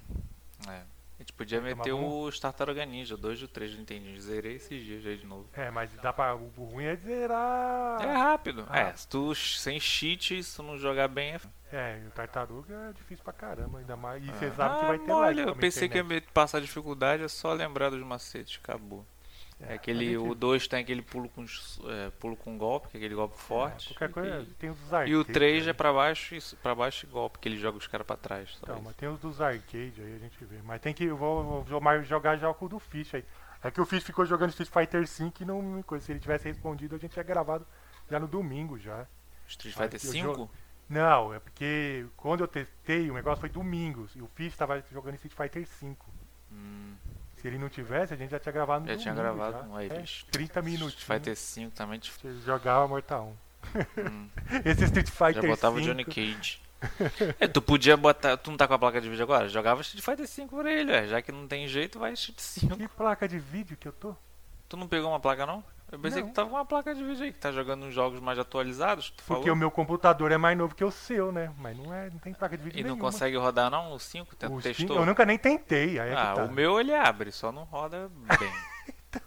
C: É. A gente podia
B: Vai tomar
C: meter
B: bom?
C: os Tartaruga Ninja, 2 do 3 do Nintendinho. Zerei esses dias aí de novo.
B: É, mas dá pra. O ruim é zerar.
C: É rápido.
B: Ah.
C: É, se tu ch- sem cheat, se tu não jogar bem, é. f-
B: É, e o tartaruga é difícil pra caramba, ainda mais. E você
C: Ah.
B: sabe que vai
C: Ah,
B: ter
C: mole,
B: live.
C: eu pensei que ia me passar dificuldade, é só lembrar dos macetes, acabou. É aquele, o 2 tem aquele pulo com, s- é, pulo com golpe, que é aquele golpe forte.
B: Qualquer coisa, é
C: E,
B: tem os dos
C: e o
B: arcade,
C: 3
B: né?
C: é pra baixo, e s- pra baixo e golpe, que ele joga os caras pra trás. tá só
B: Então,
C: isso.
B: mas tem os dos arcade aí, a gente vê. Mas tem que. Eu vou, vou jo- mais jogar já com o do Fish aí. É que o Fish ficou jogando Street Fighter V e não me coisa. Se ele tivesse respondido, a gente tinha gravado já no domingo já.
C: Street
B: mas
C: Fighter
B: eu
C: 5?
B: Não, é porque quando eu testei, o negócio foi domingo. E o Fish tava jogando Street Fighter V.
C: Hum.
B: Se ele não tivesse, a gente já tinha gravado no
C: Já tinha
B: domingo
C: gravado
B: já.
C: um aí,
B: É,
C: bicho.
B: 30 minutos. né?
C: Street Fighter 5 também. Tipo,
B: Jogava Mortal 1.
C: Hum.
B: <laughs> Esse Street
C: já
B: Fighter
C: botava o
B: 5. <laughs>
C: Johnny Cage. é, tu podia botar. Tu não tá com a placa de vídeo agora? Jogava Street Fighter 5 por ele, ué. Já que não tem jeito, vai Street 5.
B: Que placa de vídeo que eu tô?
C: Tu não pegou uma placa, não? Eu pensei
B: Não.
C: que tu tava com uma placa de vídeo aí, que tá jogando uns jogos mais atualizados. Tu
B: Porque
C: falou.
B: o meu computador é mais novo que o seu, né? Mas não, é, não tem placa de vídeo
C: E não
B: nenhuma.
C: consegue rodar, não? O 5?
B: O
C: Tentou,
B: Steam-
C: testou?
B: eu nunca nem tentei. Aí é que
C: Ah,
B: tá.
C: o meu ele abre, só não roda bem.
B: <laughs>
C: ele
B: Então,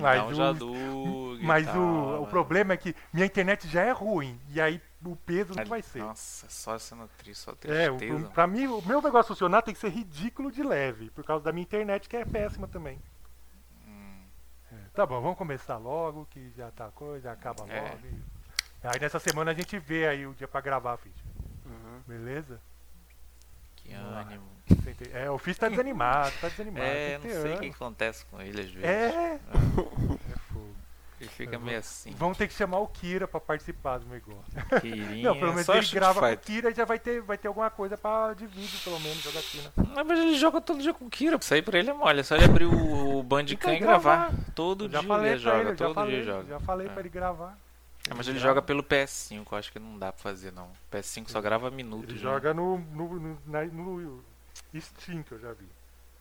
B: mas
C: dá um
B: o-
C: jadug e
B: Mas
C: tal,
B: o, o
C: mas-
B: problema é que minha internet já é ruim. E aí o peso não vai ser.
C: Nossa, só sendo triste, só
B: É,
C: tristeza.
B: o,
C: mano.
B: o- pra mim, o meu negócio funcionar tem que ser ridículo de leve, por causa da minha internet que é péssima também.
C: Hum.
B: É, tá bom, vamos começar logo, que já tá coisa, acaba logo.
C: É.
B: e- Aí nessa semana a gente vê aí o dia pra gravar, Fitch.
D: Uhum.
B: Beleza?
C: Que ânimo.
B: Sem ter- É, o Fitch
C: <laughs>
B: tá desanimado, tá desanimado.
C: É,
B: tem
C: não
B: que ter
C: sei o que
B: ânimo.
C: acontece com ele às vezes.
B: É. É fogo.
C: Ele fica
B: Eu vou-
C: meio assim.
B: Vamos ter que chamar o Kira pra participar do negócio.
C: Quirinha,
B: Não, pelo menos
C: é só
B: ele
C: Street
B: grava com o
C: Fighter.
B: Kira e já vai ter, vai ter alguma coisa pra de vídeo, pelo menos, né? jogatina.
C: Não, Ah, mas ele joga todo dia com o Kira. Isso aí pra ele é mole. É só ele abrir o, o Bandicam
B: Então,
C: e gravar. Todo
B: Eu já
C: dia
B: falei
C: ele
B: pra
C: joga,
B: ele, eu
C: todo
B: já falei,
C: dia joga.
B: Já falei
C: É.
B: pra ele gravar.
C: É, mas ele
B: grava.
C: joga pelo PS5, eu acho que não dá pra fazer não. PS5 só grava minutos.
B: Ele
C: né?
B: joga no, no, no, na- no Steam, que eu já vi.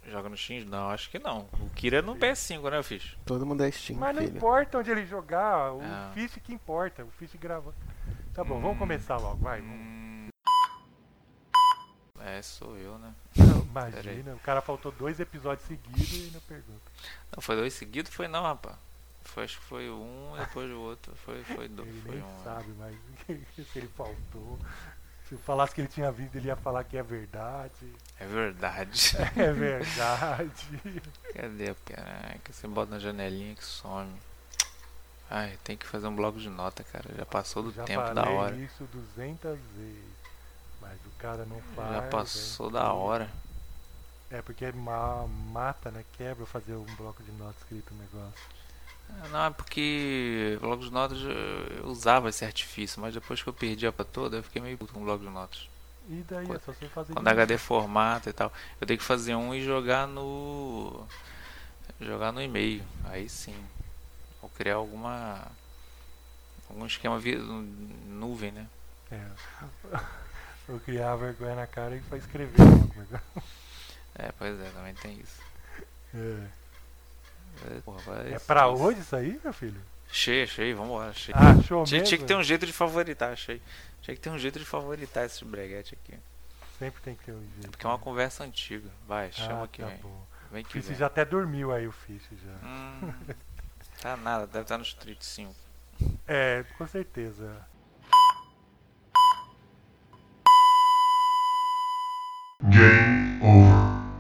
C: Joga no X? Não, acho que não. O Kira é no PS5, né, Fish?
D: Todo mundo é Steam,
B: Mas não
D: filho.
B: importa onde ele jogar, o
C: Ah.
B: Fish que importa, o Fish grava. Tá
C: Hum.
B: bom, vamos começar logo, vai. vamos.
C: É, sou eu, né?
B: Não,
C: Pera
B: Imagina, o cara faltou dois episódios seguidos e não pergunta.
C: Não, foi dois seguidos? Foi não, rapaz. Foi, acho que foi um, depois o outro. Foi, foi dois.
B: Ele
C: Foi
B: nem
C: um.
B: sabe, <laughs> mas se ele faltou. Se eu falasse que ele tinha visto, ele ia falar que é verdade.
C: É verdade. <laughs>
B: <laughs> É verdade.
C: Cadê? Caraca, você bota na janelinha que some. Ai, tem que fazer um bloco de nota, cara. Já passou do
B: Já
C: tempo
B: falei
C: da hora.
B: isso 200 vezes. Mas o cara não faz.
C: Já passou
B: hein?
C: da hora.
B: É porque ma mata, né? Quebra fazer um bloco de notas escrito um negócio.
C: Ah, Não, é porque bloco de notas eh, eu usava esse artifício, mas depois que eu perdi a pra toda, eu fiquei meio puto com o bloco de notas.
B: E daí é
C: Quando-
B: só você fazer
C: Quando
B: de-
C: HD formata e tal, eu tenho que fazer um e jogar no. jogar no e-mail. Aí sim. Ou criar alguma. algum esquema via nuvem, né?
B: É. <laughs> Eu criar vergonha na cara e foi escrever um logo. mas-
C: É, pois é, também tem isso.
B: É.
C: É, porra, vai-
B: é pra hoje isso aí, meu filho?
C: Achei, achei, vambora, achei.
B: Ah, show
C: tinha,
B: mesmo?
C: tinha que ter um jeito de favoritar, achei. Tinha que ter um jeito de favoritar esse breguete aqui.
B: Sempre tem que ter um jeito.
C: Porque é uma conversa antiga. Vai, chama é?
B: ah,
C: aqui,
B: tá
C: vem.
B: bom.
C: Vem
B: O
C: que
B: Fish
C: vem.
B: já até dormiu aí, o Fish já.
C: Hum, tá nada, deve estar no Street 5.
B: É, com certeza.